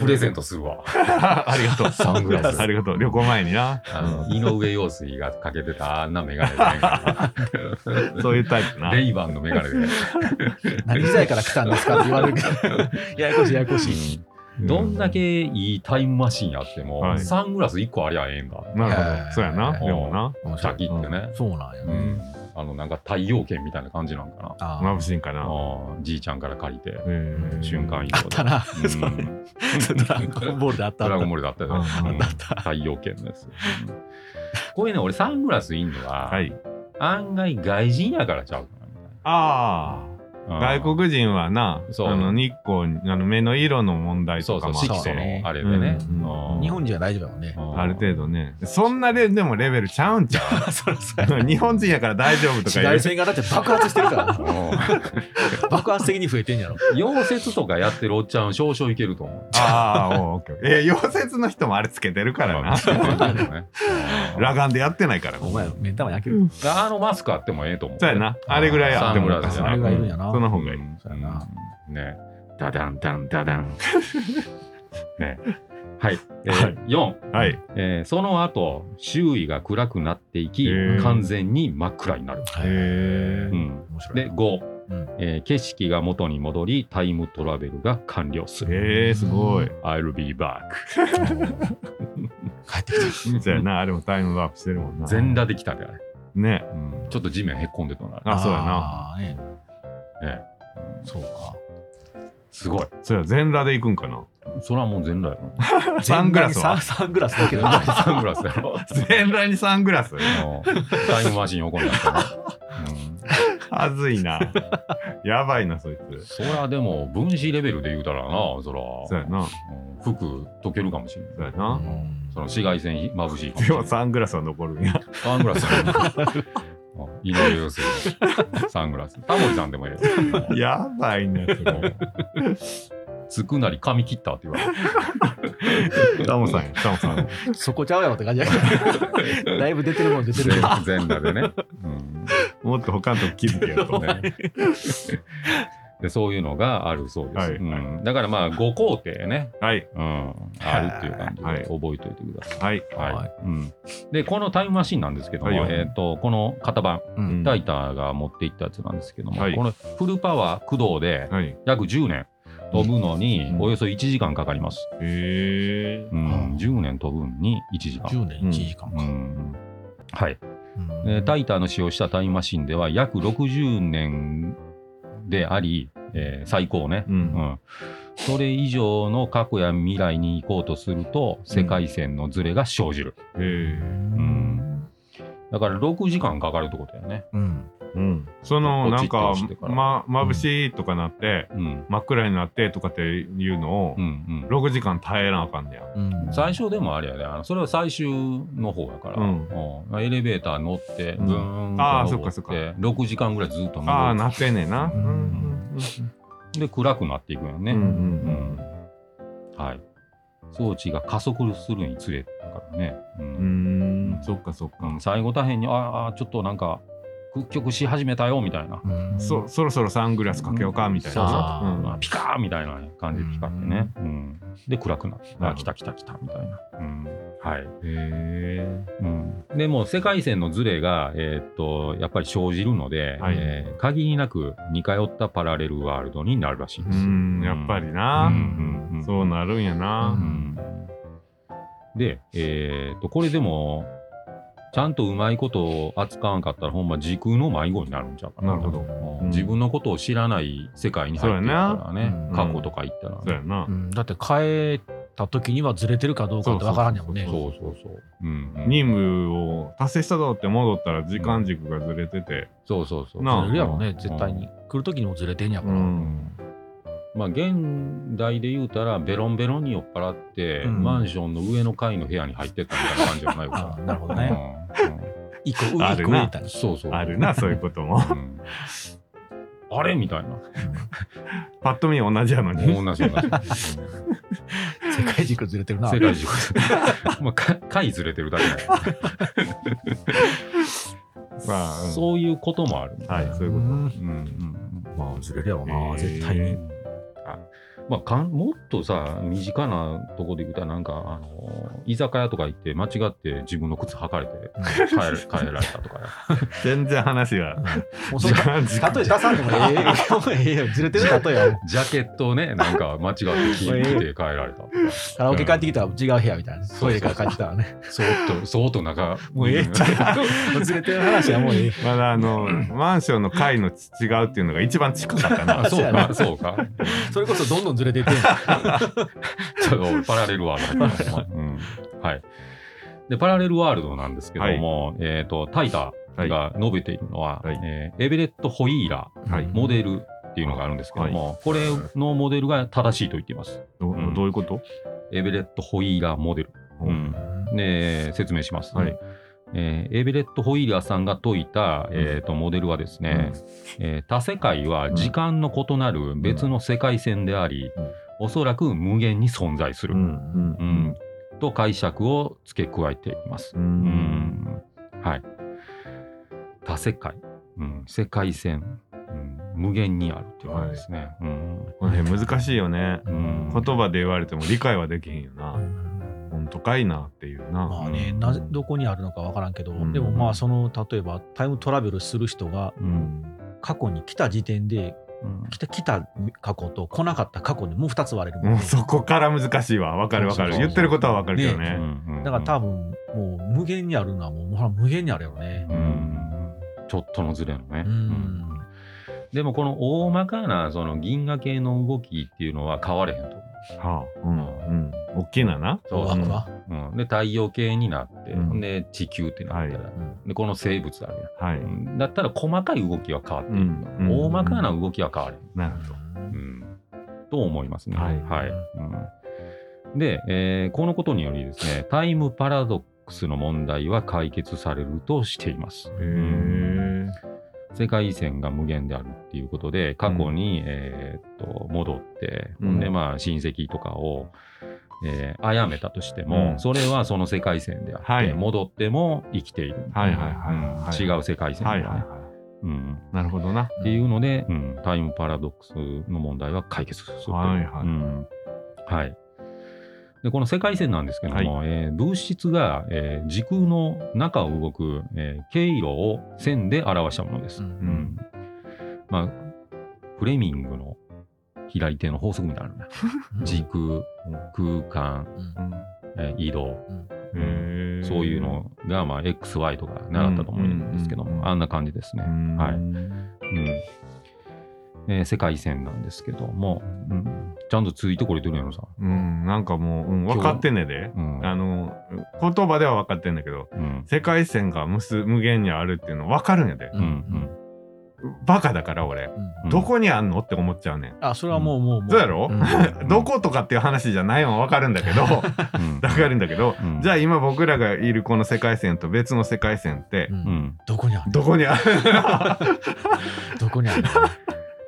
Speaker 1: ー。
Speaker 2: プレゼ
Speaker 1: ン
Speaker 2: ントするわ。
Speaker 1: ト。ありがとう。
Speaker 2: サングラス
Speaker 1: ありがとう。旅行前にな。。
Speaker 2: あの井上陽水がかけてたあんなメガ ネで
Speaker 1: そういうタイプな。
Speaker 2: レイバンのメガネで。
Speaker 3: 何時代から来たんですかって言われ るけど ややこしいややこしい。
Speaker 2: うんどんだけいいタイムマシンやっても、
Speaker 1: はい
Speaker 2: サングラス1個ありゃええんだ。
Speaker 1: なるほ
Speaker 3: えー
Speaker 1: ど。そうやな。でもな。
Speaker 2: シャキってね。
Speaker 3: そうなんや
Speaker 2: う。んあの、なんか太陽圏みたいな感じなんかな。
Speaker 3: あー
Speaker 1: 眩しいんか
Speaker 2: あ
Speaker 1: な。
Speaker 2: ーじいちゃんから借りて、
Speaker 1: えー
Speaker 2: 瞬間移
Speaker 3: あっ
Speaker 2: 動で
Speaker 3: た。な。
Speaker 2: うん
Speaker 3: それドラゴンボールであった
Speaker 2: ドラ
Speaker 3: あっ
Speaker 2: ゴ
Speaker 3: た
Speaker 2: ンボールだったよ
Speaker 1: うん
Speaker 2: ね。うん
Speaker 3: あった
Speaker 2: 太陽圏のやつ。うんこういうね、俺サングラスいんのは、
Speaker 1: はい。
Speaker 2: 案外外人やからちゃうかなみた
Speaker 1: あ
Speaker 2: い
Speaker 1: あ。
Speaker 2: な。
Speaker 1: 外国人はな、
Speaker 2: そう
Speaker 1: あの日光に、あの目の色の問
Speaker 2: 人
Speaker 1: 題
Speaker 2: そ
Speaker 1: と
Speaker 2: うそ
Speaker 1: か
Speaker 2: う、
Speaker 1: も
Speaker 2: 色
Speaker 1: あっ
Speaker 2: 素
Speaker 1: て
Speaker 3: そうね
Speaker 2: のあれでね。
Speaker 1: うんうん
Speaker 2: うん
Speaker 3: 日本人は大丈夫やもんね。
Speaker 1: ある程度ね。そんなで、でもレベルちゃうんちゃ
Speaker 3: そりゃそうや
Speaker 1: う日本人やから大丈夫とか
Speaker 3: 紫
Speaker 1: 言
Speaker 3: 外
Speaker 1: う。
Speaker 3: 線がだって爆発してる からな。
Speaker 2: うん
Speaker 3: 爆発的に増えてんやろ。
Speaker 2: 溶接とかやってるおっちゃん少々いけると思う。
Speaker 1: ああ、おうオッケー。えー、溶接の人もあれつけてるから
Speaker 2: まあ
Speaker 1: な。
Speaker 2: ね
Speaker 1: 裸眼でやってないから。
Speaker 3: お
Speaker 1: そ
Speaker 3: 前、目ん玉焼け
Speaker 1: う
Speaker 3: る。
Speaker 2: あのマスクあってもええと思う。
Speaker 1: うやな。あれぐらいあってもおかし
Speaker 2: サ
Speaker 1: くな
Speaker 3: あれ
Speaker 1: い
Speaker 3: ぐらいいるんやな。
Speaker 1: その
Speaker 2: う
Speaker 1: 方
Speaker 2: ん。
Speaker 1: がいい。
Speaker 3: そうやな
Speaker 2: ね。ダダンダンダダ ン。ね。はい。え
Speaker 1: は
Speaker 2: ー4、
Speaker 1: はい。
Speaker 2: えーその後、周囲が暗くなっていき
Speaker 1: へー、
Speaker 2: 完全に真っ暗になる。
Speaker 3: へ
Speaker 1: へ
Speaker 2: う
Speaker 1: ー
Speaker 2: ん。
Speaker 3: 面白い。
Speaker 2: で、5、
Speaker 3: うん
Speaker 2: えー景色が元に戻り、タイムトラベルが完了する。
Speaker 1: えー、すごい。
Speaker 2: I'll be back。
Speaker 3: 帰ってきた。
Speaker 1: そうやな。あれもタイムワープしてるもんな。
Speaker 2: 全裸できたで、あれ。
Speaker 1: ね。
Speaker 2: うんちょっと地面へっこんでたな。
Speaker 1: あ、そうやな。
Speaker 3: あーね
Speaker 2: ね、
Speaker 3: そうか。
Speaker 2: すごい。
Speaker 1: そうや、全裸で行くんかな。
Speaker 2: それはもう全裸やろ。
Speaker 1: サングラスは
Speaker 3: 全裸にサンサングラスだけど。
Speaker 2: サングラスやろ。
Speaker 1: 全裸にサングラス
Speaker 2: タイムマシン横になったね。
Speaker 1: はずいな。やばいな、そい
Speaker 2: うん、
Speaker 1: つ。
Speaker 2: そりゃでも分子レベルで言うたらな、そ
Speaker 1: そう
Speaker 2: ら、
Speaker 1: やな。
Speaker 2: うん服溶けるかもしれない。
Speaker 1: そうや
Speaker 3: う
Speaker 1: な。
Speaker 3: ん
Speaker 2: その紫外線ひ眩しいかもしれ
Speaker 1: で
Speaker 2: な
Speaker 1: も
Speaker 2: い。
Speaker 1: サングラスは残るんや。
Speaker 2: サングラスやろ。うん井上陽水のサングラス。タモリさんでもええよ。
Speaker 1: やばいな、それ。
Speaker 2: つくなり髪切ったって言われる。
Speaker 1: タモさんや、タモさん。
Speaker 3: そこちゃうやろって感じやけ ど。だいぶ出てるもん出てるけど。
Speaker 2: 全裸でね。うん
Speaker 1: もっと他のとこ気づけよ と。
Speaker 2: ね。でそういうのがあるそうです、
Speaker 1: はい
Speaker 2: うん。だからまあ5工程ね、
Speaker 1: はい、
Speaker 2: うん、あるっていう感じで
Speaker 1: はい
Speaker 2: 覚えておいてください。
Speaker 1: は
Speaker 2: は
Speaker 1: い。
Speaker 2: い
Speaker 3: はい
Speaker 2: うん、でこのタイムマシンなんですけども、
Speaker 1: はいはい
Speaker 2: えー、とこの型番
Speaker 1: うん
Speaker 2: ライターが持っていったやつなんですけども、
Speaker 1: はい
Speaker 2: このフルパワー駆動で
Speaker 1: はい。
Speaker 2: 約10年飛ぶのに
Speaker 1: うん
Speaker 2: およそ1時間かかります、
Speaker 1: えー
Speaker 2: う
Speaker 3: うん
Speaker 2: ん、10年飛ぶのに1時間、
Speaker 3: 10年1時間
Speaker 2: う
Speaker 3: か。
Speaker 2: んはい
Speaker 3: うん
Speaker 2: えータイターの使用したタイムマシンでは約60年であり、えー最高ね、
Speaker 1: う。
Speaker 2: うんん、それ以上の過去や未来に行こうとすると世界線のズレが生じる、
Speaker 1: え
Speaker 2: んだから6時間かかるってことだよね、
Speaker 3: うん。
Speaker 1: ーうん。その、な
Speaker 2: ポチ
Speaker 1: んか
Speaker 2: ッと押して、から
Speaker 1: ま、眩しいとかなって、
Speaker 2: うん
Speaker 1: 真っ暗になってとかっていうのを
Speaker 2: うん、うん
Speaker 1: 6時間耐えなあかんねや。
Speaker 3: うん
Speaker 2: 最初でもあれやねあのそれは最終の方やから、
Speaker 1: うん
Speaker 2: うんエレベーター乗って
Speaker 1: うん
Speaker 2: ブーン
Speaker 1: あー
Speaker 2: と
Speaker 1: そっかそっか
Speaker 2: 登って6時間ぐらいずっと
Speaker 1: ああ、
Speaker 2: 登
Speaker 1: なってんねんな。
Speaker 3: う
Speaker 1: うんん
Speaker 2: るで暗くなっていくよね、
Speaker 1: うんう
Speaker 2: う
Speaker 1: んうん
Speaker 2: んはい。装置が加速するにつれだからね。う
Speaker 1: うんん。うーん、そっかそっ
Speaker 2: う
Speaker 1: か
Speaker 2: ん。最後大変に、ああ、ちょっとなんか、屈曲し始めたよみたいな。
Speaker 3: うん
Speaker 1: そそろそろサングラスかけようかみたいな。
Speaker 3: うん
Speaker 1: うん
Speaker 2: ピカーみたいな感じで光ってね。うんで、暗くなって、
Speaker 1: な
Speaker 2: あ
Speaker 1: るほ
Speaker 2: 来
Speaker 1: ど
Speaker 2: た来た来たみたいな。うんはい
Speaker 1: へえ。
Speaker 2: うん、でもう世界線のズレが、えーっとやっぱり生じるので、
Speaker 1: はい
Speaker 2: えー限りなく似通ったパラレルワールドになるらしいん
Speaker 1: う
Speaker 2: ですよ。
Speaker 1: ん、やっぱりな。
Speaker 2: うんうんうん
Speaker 1: そうなるんやな。
Speaker 2: うんで、えー、とこれでもちゃんとうまいことを扱わんかったらほんま時空の迷子になるんちゃうかな
Speaker 1: なるほど
Speaker 2: うん
Speaker 1: うん
Speaker 2: 自分のことを知らない世界に入ってるからね
Speaker 3: そうやな
Speaker 2: 過去とか行ったら、
Speaker 1: そうやな
Speaker 3: う。んだって変えった時にはずれてるかどうかって分からんやもんね。
Speaker 2: そうそうそう。うんうん
Speaker 1: 任務を達成したぞって戻ったら時間軸がずれてて、
Speaker 2: そうそうそう。
Speaker 1: なあ
Speaker 3: ずれるやろね、絶対に。来る時にもずれてんやから。
Speaker 1: うん
Speaker 2: まあ、現代で言うたら、ベロンベロンに酔っ払って、
Speaker 3: うん
Speaker 2: マンションの上の階の部屋に入ってったみたいな感じじゃないか
Speaker 3: あ
Speaker 2: な。
Speaker 3: ーなるほどね。一個上、
Speaker 1: あ
Speaker 3: 一
Speaker 1: る
Speaker 3: 個上
Speaker 1: な
Speaker 3: みたい
Speaker 2: うん
Speaker 3: な。
Speaker 2: そうそう。
Speaker 1: あるなそういうことも
Speaker 2: うんあれみたいな。
Speaker 1: パッと見同じやのに
Speaker 2: 同じ同 じ。
Speaker 3: 世界軸ずれてるな。
Speaker 2: 世界中。まあ、か回ずれてるだけだよ
Speaker 1: ま あうん
Speaker 2: そういうこともある。
Speaker 1: はいそういうこ
Speaker 3: ん
Speaker 2: うんうんうん
Speaker 3: まあ、ずれるやろな、
Speaker 1: えー
Speaker 3: 絶対に。
Speaker 2: あまあ、かんもっとさ身近なとこで言うたらなんか、あの居酒屋とか行って間違って自分の靴履かれて帰れ 帰られたとかね
Speaker 1: と全然話が
Speaker 3: もうそ
Speaker 1: 時
Speaker 3: れ例
Speaker 1: 間軸
Speaker 3: え出さんでもええもうえ えよ。ずれてる例えやも
Speaker 2: ジャケットをねなんか間違って着て帰られたとか
Speaker 3: うカラオケ帰ってきたら違う部屋みたいな。トイレから帰ってきたらね。
Speaker 2: そーっとそーっと中
Speaker 3: もうええってもうずれてる話はもうええ。
Speaker 1: まだあのマンションの階の違うっていうのが一番近かっ たな
Speaker 2: あそうかそうか
Speaker 3: それこそどんどんずれていってんの
Speaker 2: ちょっとパラレルワールド、うんはい。で、パラレルワールドなんですけども、えっ、と、タイタが述べているのは、
Speaker 1: はい
Speaker 2: えーエベレット・ホイーラ
Speaker 1: はい
Speaker 2: モデルっていうのがあるんですけども、これのモデルが正しいと言っています。
Speaker 1: ど
Speaker 2: うん
Speaker 1: どういうこと
Speaker 2: エベレット・ホイーラモデル。うんで、説明します。
Speaker 1: はい
Speaker 2: えーエベレット・ホイーラさんが解いた、えー、とモデルはですね、えー他世界は時間の異なる別の世界線であり、
Speaker 1: うん
Speaker 2: おそらく無限に存在する、
Speaker 1: うんう
Speaker 2: うんん、と解釈を付け加えています
Speaker 1: う。
Speaker 2: うんん、はい。多世界、うん、世界線、うん、無限にあるっていう感じですね。うん、
Speaker 1: これ難しいよね
Speaker 2: うん、
Speaker 1: 言葉で言われても理解はできへんよな本当かいなっていうな
Speaker 3: まあね、なぜどこにあるのかわからんけど、
Speaker 1: うん
Speaker 3: でもまあその例えばタイムトラベルする人が
Speaker 2: うん、
Speaker 3: 過去に来た時点で
Speaker 2: うん
Speaker 3: 来た来た過去と来なかった過去にもう2つ割れるもん
Speaker 1: もう
Speaker 3: ね
Speaker 1: そこから難しいわわかるわかる
Speaker 2: そうそうそう
Speaker 1: 言ってることはわかるけど
Speaker 2: う
Speaker 1: ね
Speaker 2: んうん
Speaker 3: だから多分もう無限にあるのはもうほら無限にあるよね。
Speaker 2: うん、ちょっとのズレのね。
Speaker 3: う
Speaker 2: うん
Speaker 3: ん
Speaker 2: でもこの大まかなその銀河系の動きっていうのは変われへんと
Speaker 1: はあうんうん大きなな
Speaker 2: 思う。
Speaker 3: 枠は
Speaker 2: うんうんで太陽系になって、
Speaker 1: うん
Speaker 2: で地球ってなったら、
Speaker 1: は
Speaker 3: うん
Speaker 2: でこの生物あるやん。、
Speaker 1: はいう
Speaker 2: んだったら細かい動きは変わっていく、
Speaker 1: うんうん
Speaker 2: 大まかな動きは変わる、
Speaker 1: なるほど
Speaker 2: うんと思いますね。
Speaker 1: はい
Speaker 2: うんで、えーこのことによりですねタイムパラドックスの問題は解決されるとしています。
Speaker 1: へえ
Speaker 2: 世界遺産が無限であるっていうことで過去に、えーっと戻って、
Speaker 1: うん
Speaker 2: でまあ親戚とかを。えー、殺めたとしても、
Speaker 1: うん
Speaker 2: それはその世界線であって、
Speaker 1: はい
Speaker 2: 戻っても生きている、
Speaker 1: はいはいはいはい
Speaker 2: うん違う世界線だ
Speaker 1: は
Speaker 2: ね
Speaker 1: いはいは
Speaker 2: うん、
Speaker 1: いなるほどな
Speaker 2: っていうので、うんタイムパラドックスの問題は解決するという。
Speaker 1: はいは
Speaker 2: う
Speaker 1: い
Speaker 2: んはいでこの世界線なんですけども、えー物質が、えー時空の中を動く、えー経路を線で表したものです。
Speaker 3: う
Speaker 2: うんんまあ、フレミングの左手の法則みたいなのね
Speaker 3: うん
Speaker 2: 時空、空間、
Speaker 3: うん
Speaker 1: うん
Speaker 2: えー移動、
Speaker 1: へえ
Speaker 2: そういうのが、まあ、XY とか習ったと思うんですけども、
Speaker 1: うんうんうん
Speaker 2: あんな感じですね。
Speaker 1: うん
Speaker 2: はいうんえー世界線なんですけども、うんちゃんとついてこれてるやろさ、
Speaker 1: うんなんかもううん分かってんねで
Speaker 2: うん
Speaker 1: あの言葉では分かってんだけど
Speaker 2: うん
Speaker 1: 世界線が無数無限にあるっていうの分かるんやで
Speaker 2: うんうん
Speaker 1: バカだから俺
Speaker 3: うん
Speaker 2: うん
Speaker 1: どこにあんのって思っちゃうねん
Speaker 3: あそれはもうもうも
Speaker 1: そうやろ
Speaker 3: ん
Speaker 2: うん
Speaker 1: どことかっていう話じゃないのは分かるんだけど
Speaker 2: うん
Speaker 1: だかるんだけど、
Speaker 2: うん
Speaker 1: じゃあ今僕らがいるこの世界線と別の世界線って
Speaker 3: う、
Speaker 2: うんん
Speaker 3: どこにある
Speaker 1: どこにある
Speaker 3: どこにある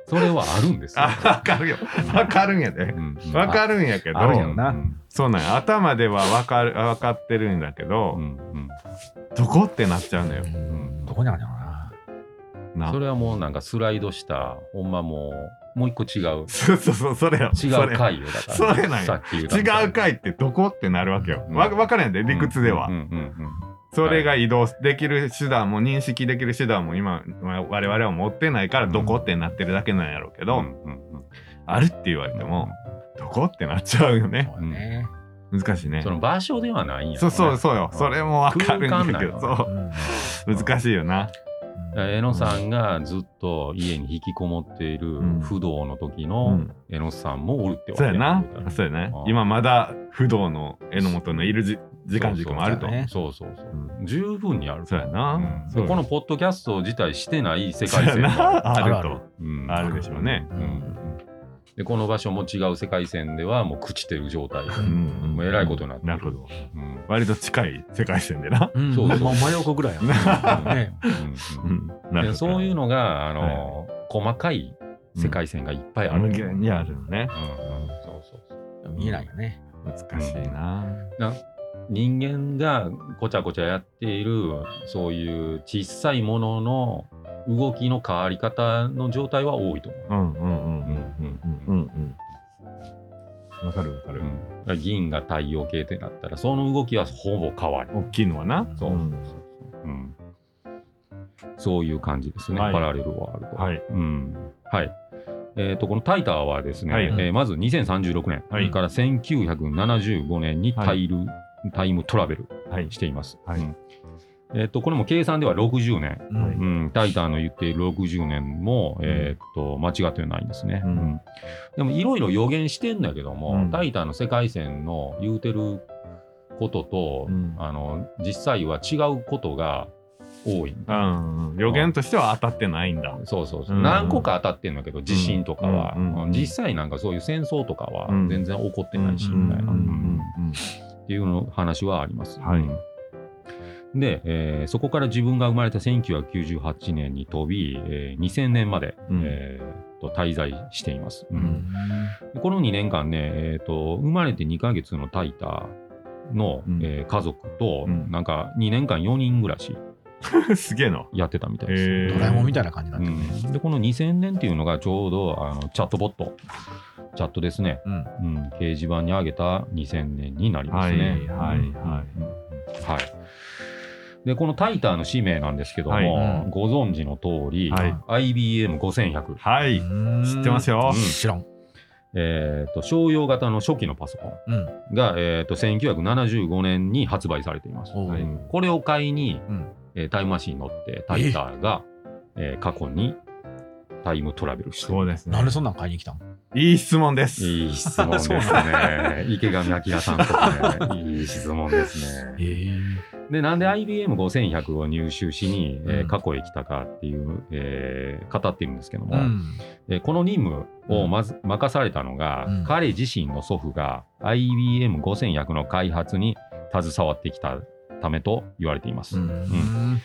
Speaker 2: それはあるんですよ。
Speaker 1: あ分かるよ分かるんやで
Speaker 2: うんうん
Speaker 1: 分かるんやけど
Speaker 3: あるんやろな
Speaker 2: うん
Speaker 1: そうなんや頭では分かる分かってるんだけど、
Speaker 2: うんうん
Speaker 1: どこってなっちゃうのよ
Speaker 3: うんどこにあるのかな
Speaker 1: な
Speaker 2: それはもうなんかスライドした、ほんまもう、もう一個違う、
Speaker 1: そうそうそうそれよ
Speaker 2: 違
Speaker 1: そうれ
Speaker 2: 回よ。だから、
Speaker 1: それなんや
Speaker 2: さっき言た
Speaker 1: 違う回ってどこってなるわけよ、
Speaker 2: うん
Speaker 1: わ分からんやで理屈では、
Speaker 2: うんうんうん
Speaker 1: それが移動できる手段も認識できる手段も今我々は持ってないからどこってなってるだけなんやろうけ
Speaker 2: う
Speaker 1: ど、
Speaker 2: んうんうん
Speaker 1: あるって言われても、どこってなっちゃうよね。
Speaker 3: そうだね
Speaker 1: 難しいね。
Speaker 2: その場所ではないんやろね。
Speaker 1: そうそうそうよ。それもわかるんだ
Speaker 2: 空
Speaker 1: け
Speaker 2: 間
Speaker 1: ど、
Speaker 2: な
Speaker 1: そう難しいよな。
Speaker 3: う
Speaker 2: えのさんがずっと家に引きこもっている
Speaker 1: うん
Speaker 2: 不動の時
Speaker 1: う
Speaker 2: の
Speaker 1: ん、
Speaker 2: えのさんもおるってわけ
Speaker 1: そうやな
Speaker 2: 言うたら
Speaker 1: そうやね
Speaker 2: ああ
Speaker 1: 今まだ不動の榎本のいるじ時間軸もあると
Speaker 3: そうそうね
Speaker 2: そうそうそう
Speaker 1: う。
Speaker 2: 十分にある。
Speaker 1: そうやな
Speaker 2: うん、
Speaker 1: そう
Speaker 2: このポッドキャスト自体してない世
Speaker 1: そう
Speaker 2: 界
Speaker 1: や
Speaker 2: 線もある
Speaker 1: なある
Speaker 3: あるあ
Speaker 1: と
Speaker 3: る
Speaker 2: うん
Speaker 1: あるでしょうね
Speaker 2: うんうんでこの場所も違う世界線ではもう朽ちてる状態、
Speaker 1: うんうん
Speaker 2: もうえらいことになってる
Speaker 1: なるほど
Speaker 2: うん
Speaker 1: 割と近い世界線でな、
Speaker 3: うん
Speaker 2: そうそう
Speaker 3: もう真横ぐらいやねね
Speaker 2: うんうん
Speaker 1: なるほど
Speaker 2: でそういうのが、あの細かい世界線がいっぱいある。
Speaker 1: 無限にあるのね
Speaker 2: うんうんそうそうそう
Speaker 3: 見えないよね
Speaker 1: 難しいな、
Speaker 2: 人間がごちゃごちゃやっているそういう小さいものの動きの変わり方の状態は多いと思う。
Speaker 1: うんうんうん
Speaker 2: うん
Speaker 1: うんうんうんわかるわかる、
Speaker 2: だから銀が太陽系ってなったらその動きはほぼ変わり、
Speaker 1: 大きいのはな
Speaker 2: そう
Speaker 1: うん
Speaker 2: うんそういう感じですね、
Speaker 1: はい
Speaker 2: パラレルワールド。
Speaker 1: はい
Speaker 2: うんはいえー、とこのタイターはですね、
Speaker 1: はい
Speaker 2: えーまず2036年
Speaker 1: はい
Speaker 2: から1975年にタイル、タイムトラベル
Speaker 1: はい
Speaker 2: しています。
Speaker 1: はい
Speaker 2: うんえー、とこれも計算では60年、
Speaker 3: うん
Speaker 1: はい
Speaker 2: うん、タイターの言っている60年も、えーっと間違ってないんですね。
Speaker 1: うん
Speaker 2: うんでもいろいろ予言してんだけども、
Speaker 1: うん
Speaker 2: タイターの世界線の言うてることと、
Speaker 1: うん
Speaker 2: あの実際は違うことが多い。
Speaker 1: うんうん予言としては当たってないんだ
Speaker 2: そうそうそう、
Speaker 1: うん
Speaker 2: 何個か当たってんだけど地震とかは、
Speaker 1: うんうん
Speaker 2: うん実際なんかそういう戦争とかは
Speaker 1: うん
Speaker 2: 全然起こってないし
Speaker 1: うん
Speaker 2: みたいな、
Speaker 1: うんうん
Speaker 2: っていうの話はあります。
Speaker 1: はい
Speaker 2: うんで、えーそこから自分が生まれた1998年に飛び、えー2000年まで、
Speaker 1: うん
Speaker 2: えーと滞在しています。
Speaker 1: う
Speaker 2: うんんでこの2年間ね、えーと生まれて2ヶ月のタイターの、
Speaker 1: うん
Speaker 2: えー家族と、
Speaker 1: うん
Speaker 2: なんか2年間4人暮らし
Speaker 1: うん すげえな
Speaker 2: やってたみたいです。
Speaker 1: へー
Speaker 3: ドラえもんみたいな感じだ
Speaker 2: う
Speaker 3: ったね
Speaker 2: んでこの2000年っていうのがちょうどあのチャットボットチャットですね、
Speaker 1: うん
Speaker 2: うん、掲示板に上げた2000年になりますね。
Speaker 1: はいはい
Speaker 2: うん
Speaker 1: はい
Speaker 2: うんはいでこのタイターの使命なんですけども、
Speaker 1: はい
Speaker 3: うん
Speaker 2: ご存知の通り、
Speaker 1: はい
Speaker 2: IBM5100、
Speaker 1: はい
Speaker 3: うん
Speaker 1: 知ってますよ
Speaker 3: うん知らん
Speaker 2: えーと商用型の初期のパソコ
Speaker 3: うん
Speaker 2: ンが、えーと1975年に発売されています。
Speaker 3: おう
Speaker 1: はい
Speaker 2: これを買いに、
Speaker 3: うん
Speaker 2: えータイムマシンに乗ってタイターが、えー過去にタイムトラベルしてる
Speaker 1: そうですね
Speaker 3: なんでそんなん買いに来たん
Speaker 1: いい質問です
Speaker 2: いい質問です
Speaker 3: そう
Speaker 2: ね。池上彰さんとかね、いい質問ですね。
Speaker 3: え
Speaker 2: で、なんで IBM5100 を入手しに、えー
Speaker 3: うん
Speaker 2: 過去へ来たかっていう、えー語っているんですけども、
Speaker 3: うん
Speaker 2: えーこの任務をまず任されたのが、
Speaker 3: うん
Speaker 2: 彼自身の祖父が IBM5100 の開発に携わってきたためと言われています。
Speaker 3: うん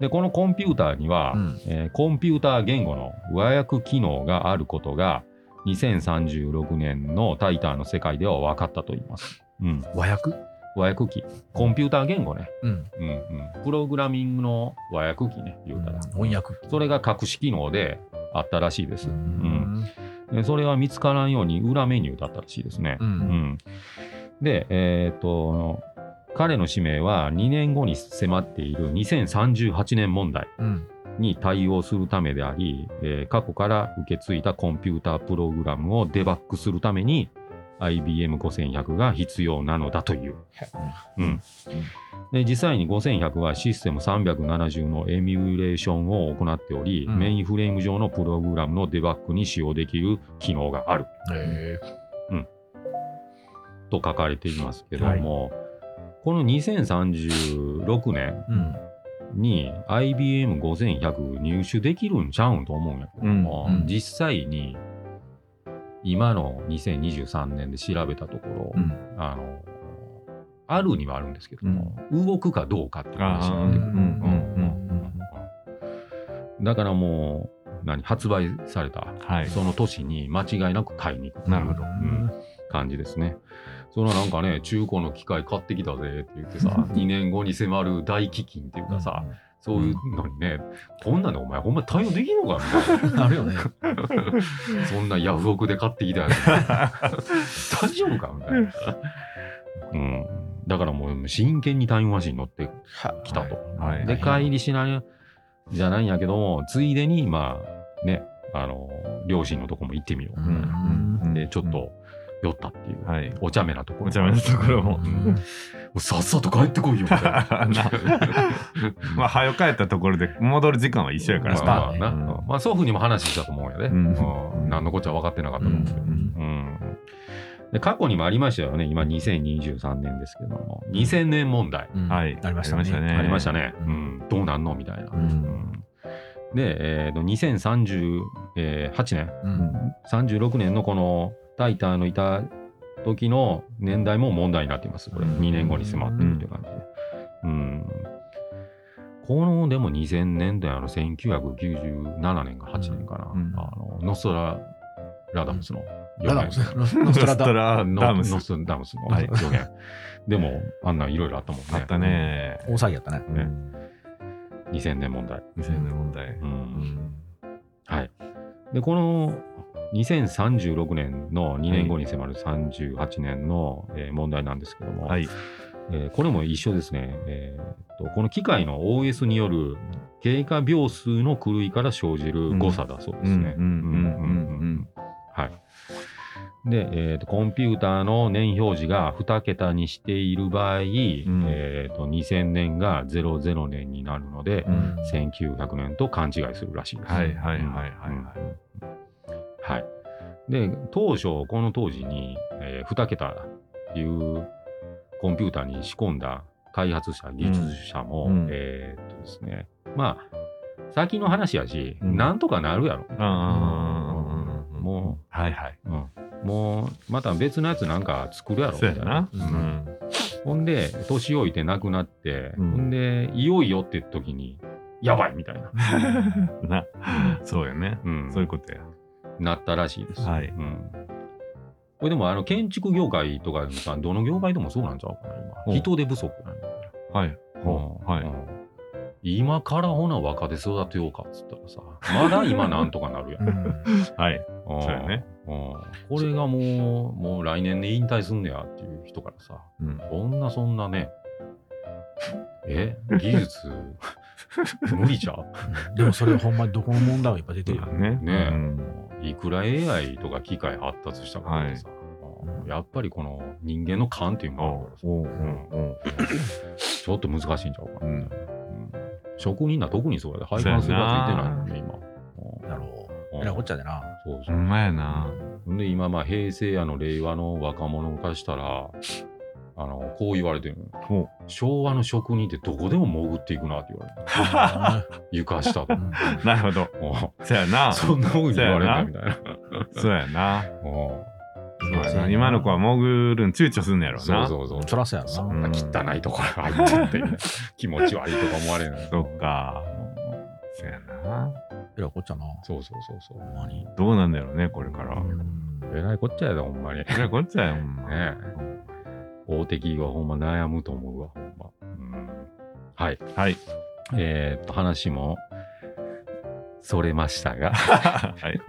Speaker 2: で、このコンピューターには、
Speaker 3: うん
Speaker 2: えーコンピューター言語の和訳機能があることが2036年のタイターの世界では分かったと言います。うん、
Speaker 3: 和訳
Speaker 2: 和訳機。コンピューター言語ね。
Speaker 3: うん
Speaker 2: うんうん。プログラミングの和訳機ね、言うたら。
Speaker 3: 翻訳
Speaker 2: それが隠し機能であったらしいです
Speaker 3: う。ん
Speaker 2: でそれは見つからんように裏メニューだったらしいですね。
Speaker 3: う
Speaker 2: うんん、で、えーっと、彼の使命は2年後に迫っている2038年問題。
Speaker 3: うん
Speaker 2: に対応するためであり、えー過去から受け継いだコンピュータープログラムをデバッグするために IBM5100 が必要なのだという。うん、で実際に5100はシステム370のエミュレーションを行っており、
Speaker 3: うん
Speaker 2: メインフレーム上のプログラムのデバッグに使用できる機能がある
Speaker 3: え
Speaker 2: と書かれていますけども、この2036年
Speaker 3: うん
Speaker 2: に IBM5100 入手できるんちゃうんと思うんやけども、
Speaker 3: うんうん
Speaker 2: 実際に今の2023年で調べたところ、
Speaker 3: うん
Speaker 2: あのあるにはあるんですけども、動くかどうかっていう話に
Speaker 1: ああ
Speaker 2: な
Speaker 1: う
Speaker 2: っ
Speaker 1: ん
Speaker 2: て
Speaker 1: う
Speaker 2: く
Speaker 1: ん
Speaker 2: る
Speaker 1: うん
Speaker 2: だからもう何発売された
Speaker 1: うんはい
Speaker 2: その年に間違いなく買いに行く
Speaker 1: なるほど
Speaker 2: うん感じですね。そのなんかね中古の機械買ってきたぜって言ってさ2年後に迫る大飢饉っていうかさ、そういうのにね、こんなんでお前ほんま対応できんのかみたい
Speaker 3: あるよね
Speaker 2: な。そんなヤフオクで買ってきたや つ。大丈夫かみたいな。うん。だからもう真剣にタイムマシンに乗ってきたと。
Speaker 1: はいはい
Speaker 2: で、帰りしないじゃないんやけども、ついでに、まあね、あの、両親のとこも行ってみよ
Speaker 3: う
Speaker 2: う。
Speaker 3: ん
Speaker 2: で、ちょっと酔ったっていう、
Speaker 1: はい
Speaker 2: お茶目なところ。
Speaker 1: お茶目なところも
Speaker 2: うんうさっさと帰ってこいよみたい な
Speaker 1: まあ、早く帰ったところで戻る時間は一緒やからさ。
Speaker 2: まあまあ
Speaker 1: う
Speaker 2: な、
Speaker 1: ん
Speaker 2: まあ、祖父にも話したと思うんやで、
Speaker 1: う
Speaker 2: うんん何のこっちゃ分かってなかったと思うけど、う
Speaker 1: う
Speaker 2: んんで過去にもありましたよね今2023年ですけども2000年問題
Speaker 3: うん
Speaker 1: はい
Speaker 3: ありましたね。
Speaker 1: ありましたね
Speaker 2: ありましたね、
Speaker 3: う
Speaker 2: うんん、どうなんのみたいな、
Speaker 3: う
Speaker 2: うんんで、えーと2038年
Speaker 3: うん
Speaker 2: 36年のこのタイターのいた時の年代も問題になっています。これ
Speaker 3: うん
Speaker 2: 2年後に迫ってるという感じで。うん。このでも2000年代あの1997年か8年かな、
Speaker 1: うん
Speaker 2: あのノストララダムスの
Speaker 3: ラ
Speaker 2: 予
Speaker 3: ダムス
Speaker 2: 言。。
Speaker 3: ノス
Speaker 1: ノスト
Speaker 3: トラダ
Speaker 1: ラダムス
Speaker 2: ノストラダムスの
Speaker 1: はい
Speaker 2: 予 言。でもあんなんいろいろあったもんね。
Speaker 1: あった。ね。
Speaker 3: 大騒ぎやったね。
Speaker 1: ね
Speaker 2: 2000年問題。
Speaker 1: 2000年問題。
Speaker 2: う。
Speaker 1: うんん
Speaker 2: はい。で、この2036年の2年後に迫る38年の、えー問題なんですけども、
Speaker 1: はい。
Speaker 2: えーこれも一緒ですね、えーっと。この機械の OS による経過秒数の狂いから生じる誤差だそうですね。
Speaker 1: うんうんうんうんうんうん
Speaker 2: はい。で、えーっと、コンピューターの年表示が2桁にしている場合、えーっと、2000年が00年になるので、
Speaker 1: うん
Speaker 2: 1900年と勘違いするらしいです。
Speaker 1: はいはいはいはい
Speaker 2: うん
Speaker 1: はい。
Speaker 2: はい。で、当初、この当時に、え2桁っていうコンピューターに仕込んだ開発者、技術者も、
Speaker 1: うん
Speaker 2: えーっとですね、まあ、先の話やし、
Speaker 1: うん
Speaker 2: なんとかなるやろ。
Speaker 1: うんうんうんうんうんうん
Speaker 2: も
Speaker 1: はいはい。
Speaker 2: う、うんもう、また別のやつなんか作るやろ。
Speaker 1: そうやな。
Speaker 2: みたいなうんほんで、年老いて亡くなって、
Speaker 1: うん
Speaker 2: ほんで、いよいよって時に、やばいみたいな。
Speaker 1: うんな、そうよね。
Speaker 2: うん
Speaker 1: そういうことや。
Speaker 2: なったらしいです。
Speaker 1: はい
Speaker 2: うん、これでもあの建築業界とかさどの業界でもそうなんちゃうかな
Speaker 1: うん
Speaker 2: 今人手不足なんや
Speaker 1: はい。ほう
Speaker 2: うん
Speaker 1: はい。
Speaker 2: うん今からほな若手育てようかっつったらさまだ今なんとかな るやん、
Speaker 3: うん
Speaker 1: はい。
Speaker 2: うん
Speaker 1: そうやね
Speaker 2: うんこれがもうもう来年で引退すんねやっていう人からさ
Speaker 1: うん
Speaker 2: そんなそんなねえ技術 無理じゃう
Speaker 3: でもそれはほんまにどこの問題もいっぱい出てるよ。
Speaker 1: ね。
Speaker 2: ね
Speaker 1: うん
Speaker 2: いくら AI とか機械発達したからってさ、
Speaker 3: い
Speaker 2: うんやっぱりこの人間の勘っていう
Speaker 1: お
Speaker 2: の
Speaker 1: うおうおう
Speaker 2: がちょっと難しいんちゃうかな、
Speaker 1: うん
Speaker 2: うん職人な特にそうやで配管するやついてないもんね今
Speaker 3: だろ
Speaker 2: う
Speaker 3: う。
Speaker 2: ん
Speaker 3: えらいこっちゃでな。
Speaker 2: そう
Speaker 1: ほ
Speaker 2: そうん
Speaker 1: まやな。
Speaker 2: ほんで今まあ平成やの令和の若者からしたらあのこう言われてるのよ
Speaker 1: ほ
Speaker 2: 昭和の職人ってどこでも潜っていくなって言われる 床下と
Speaker 3: うん
Speaker 1: うなるほど。そうやな。そ
Speaker 2: そんなふうに言われたみたいな
Speaker 1: うやな。
Speaker 2: うん
Speaker 1: そうやな。今の子は潜るん躊躇すんのやろな。
Speaker 2: そうそうそう
Speaker 3: そらそうや
Speaker 2: そ
Speaker 3: ろ
Speaker 2: んな汚いところ入っちゃって、 気持ち悪いとか思われない。
Speaker 1: そっか。そうやな。
Speaker 3: な。えらいこっちゃな。
Speaker 2: そうそうそうそう。
Speaker 3: ほんまに。
Speaker 1: どうなんだろうね、これから。
Speaker 3: うん
Speaker 2: えらいこっちゃやで、ほんまに。ね
Speaker 1: いや、こっちだよ、ほんま。
Speaker 2: え。大手企業はほんま悩むと思うわ、ほんま。うん、はい。
Speaker 1: はい。
Speaker 2: えーっと、話も、それましたが。
Speaker 1: はい。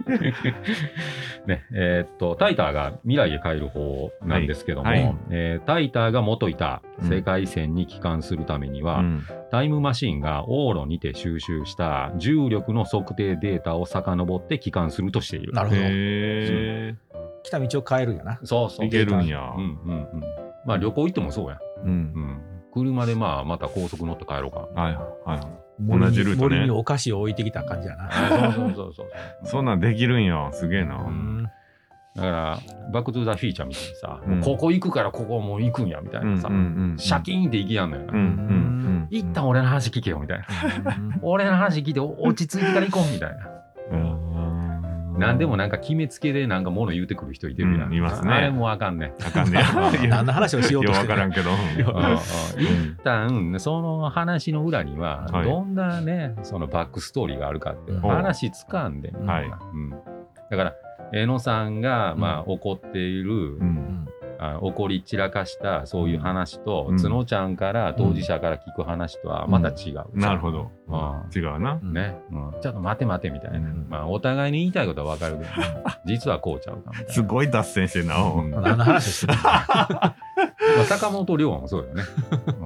Speaker 2: ね、えーっと、タイターが未来へ変える方なんですけども、
Speaker 1: はいはい
Speaker 2: えータイターが元いた世界線に帰還するためには、
Speaker 1: うん
Speaker 2: タイムマシンが往路にて収集した重力の測定データを遡って帰還するとしている。
Speaker 3: なるほど
Speaker 1: へ
Speaker 3: 来た道を変えるんやな。
Speaker 2: そうそ
Speaker 1: え。
Speaker 2: う。
Speaker 1: いけるんや
Speaker 2: う。んうんうん。まあ旅行行ってもそうや。
Speaker 1: う。
Speaker 2: うんん。車でまあまた高速乗って帰ろうか。
Speaker 1: はいはい。同じルートね
Speaker 3: 森に森にお菓子を置いてきた感 じやな。
Speaker 2: あそうそうそうそう。
Speaker 1: そんなんできるんや。すげえ
Speaker 2: う
Speaker 1: な。
Speaker 2: んだから、バックトゥザフィーチャーみたいにさ、
Speaker 1: うん
Speaker 2: ここ行くからここもう行くんやみたいなさ、
Speaker 1: ん
Speaker 2: シャキーンって行きやんのよな。
Speaker 1: うんうんうん。
Speaker 2: 一旦俺の話聞けよみたいな。俺の話聞いてお落ち着いてから行こうみたいな。
Speaker 1: うん
Speaker 2: 何でもなんか決めつけでなんか物言うてくる人いてるやん。
Speaker 1: うんいますね
Speaker 2: あれもあかんね。
Speaker 1: あかんねや。
Speaker 3: 何の話をしよう
Speaker 1: よ
Speaker 3: と
Speaker 1: う
Speaker 3: し
Speaker 1: わ
Speaker 3: て
Speaker 1: からんけど。
Speaker 2: うん一旦その話の裏には
Speaker 1: はい
Speaker 2: どんなね、そのバックストーリーがあるかって
Speaker 3: うん
Speaker 2: 話つかんでみんな、
Speaker 1: はい
Speaker 2: うんだから江野さんがまあ怒っている、
Speaker 1: うん
Speaker 2: あ怒り散らかしたそういう話と、
Speaker 1: うん
Speaker 2: 角ちゃんから当事者から聞く話とはまた違う、
Speaker 1: なるほど。
Speaker 2: うん
Speaker 1: 違うな。
Speaker 2: ね、うんちょっと待て待てみたいな、
Speaker 1: うん
Speaker 2: まあ、お互いに言いたいことは分かるけど実はこうちゃうかみたいな
Speaker 1: すごい脱線してんな。お
Speaker 2: うん
Speaker 1: う
Speaker 2: ま
Speaker 3: 何の話をしてる
Speaker 2: あ、坂本龍馬もそうだよね、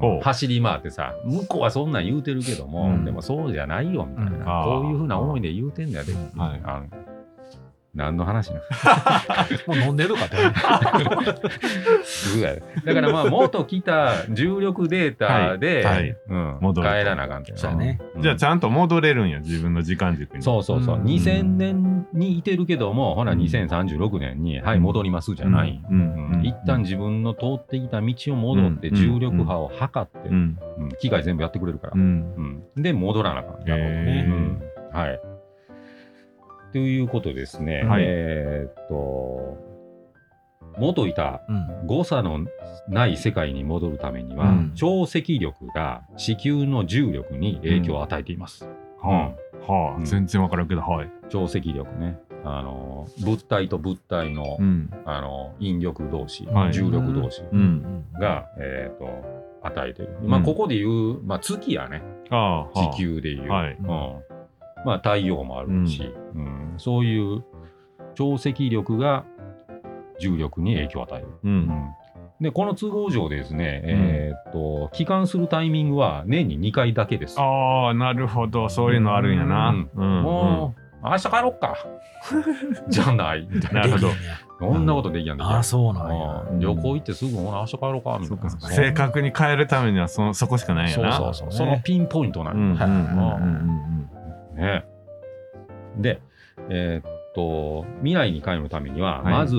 Speaker 1: おう
Speaker 2: うん 走り回ってさ向こうはそんなん言うてるけども、
Speaker 1: うん
Speaker 2: でもそうじゃないよみたいな、
Speaker 3: うん
Speaker 1: あー
Speaker 2: こういうふうな思いで言うてんだよで、
Speaker 3: うん
Speaker 1: はい
Speaker 2: あの何の 話なの
Speaker 3: もう飲んでるかって。
Speaker 2: すぐやでだからまあ、元来た重力データで、
Speaker 1: はいはい
Speaker 2: うん
Speaker 1: 戻ると
Speaker 2: 帰らなあかんけど
Speaker 3: そうやね。
Speaker 2: うん
Speaker 1: じゃあちゃんと戻れるんや自分の時間軸に
Speaker 2: そうそうそう、
Speaker 3: うん
Speaker 2: 2000年にいてるけども、ほら、
Speaker 1: うん
Speaker 2: 2036年に、はい、戻りますじゃない。
Speaker 1: うん
Speaker 2: うん
Speaker 1: うん
Speaker 2: 一旦自分の通ってきた道を戻って、
Speaker 1: うん
Speaker 2: 重力波を測って、
Speaker 1: うん
Speaker 2: うん機械全部やってくれるから
Speaker 1: う、ん
Speaker 2: うんで、戻らなあかん。
Speaker 1: なるほどね
Speaker 2: うんはい。ということですね、
Speaker 1: はい
Speaker 2: えーっと、元いた
Speaker 3: うん。
Speaker 2: 誤差のない世界に戻るためには、
Speaker 1: うん
Speaker 2: 潮汐力が地球の重力に影響を与えています。うんう
Speaker 1: は
Speaker 2: ん
Speaker 1: あ全然わからんけどはい
Speaker 2: 潮汐力ね。あの物体と物体の,、
Speaker 1: ん
Speaker 2: あの引力同士、
Speaker 1: はい
Speaker 2: 重力同士
Speaker 1: うん
Speaker 2: が、えー、と与えてる、まあ、
Speaker 1: うん
Speaker 2: ここでいう、まあ、月やね
Speaker 1: ああはあ
Speaker 2: 地球でいう、
Speaker 1: はい
Speaker 2: うんまあ、太陽もあるし、うんそういう潮汐力が重力に影響を与える。
Speaker 1: う
Speaker 2: うんんでこの都合上ですね、えーっと帰還するタイミングは年に2回だけです。
Speaker 1: ああなるほどそういうのあるんやな
Speaker 2: うん
Speaker 1: うん
Speaker 2: もう、明日帰ろっ かじゃないみたいな
Speaker 1: なるほど
Speaker 3: できんねや。
Speaker 2: そんなことできやんだ
Speaker 3: ああ、そうなんや。
Speaker 2: うん旅行行ってすぐ、ほら、明日帰ろうか、みたいな。
Speaker 1: うん正確に変えるためにはそのそこしかないんやな
Speaker 2: そうそうそう。そのピンポイントな
Speaker 1: うんんうん
Speaker 2: だ
Speaker 1: うんうん
Speaker 2: ね。で、えーっと、未来に帰るためには、
Speaker 1: はい
Speaker 2: まず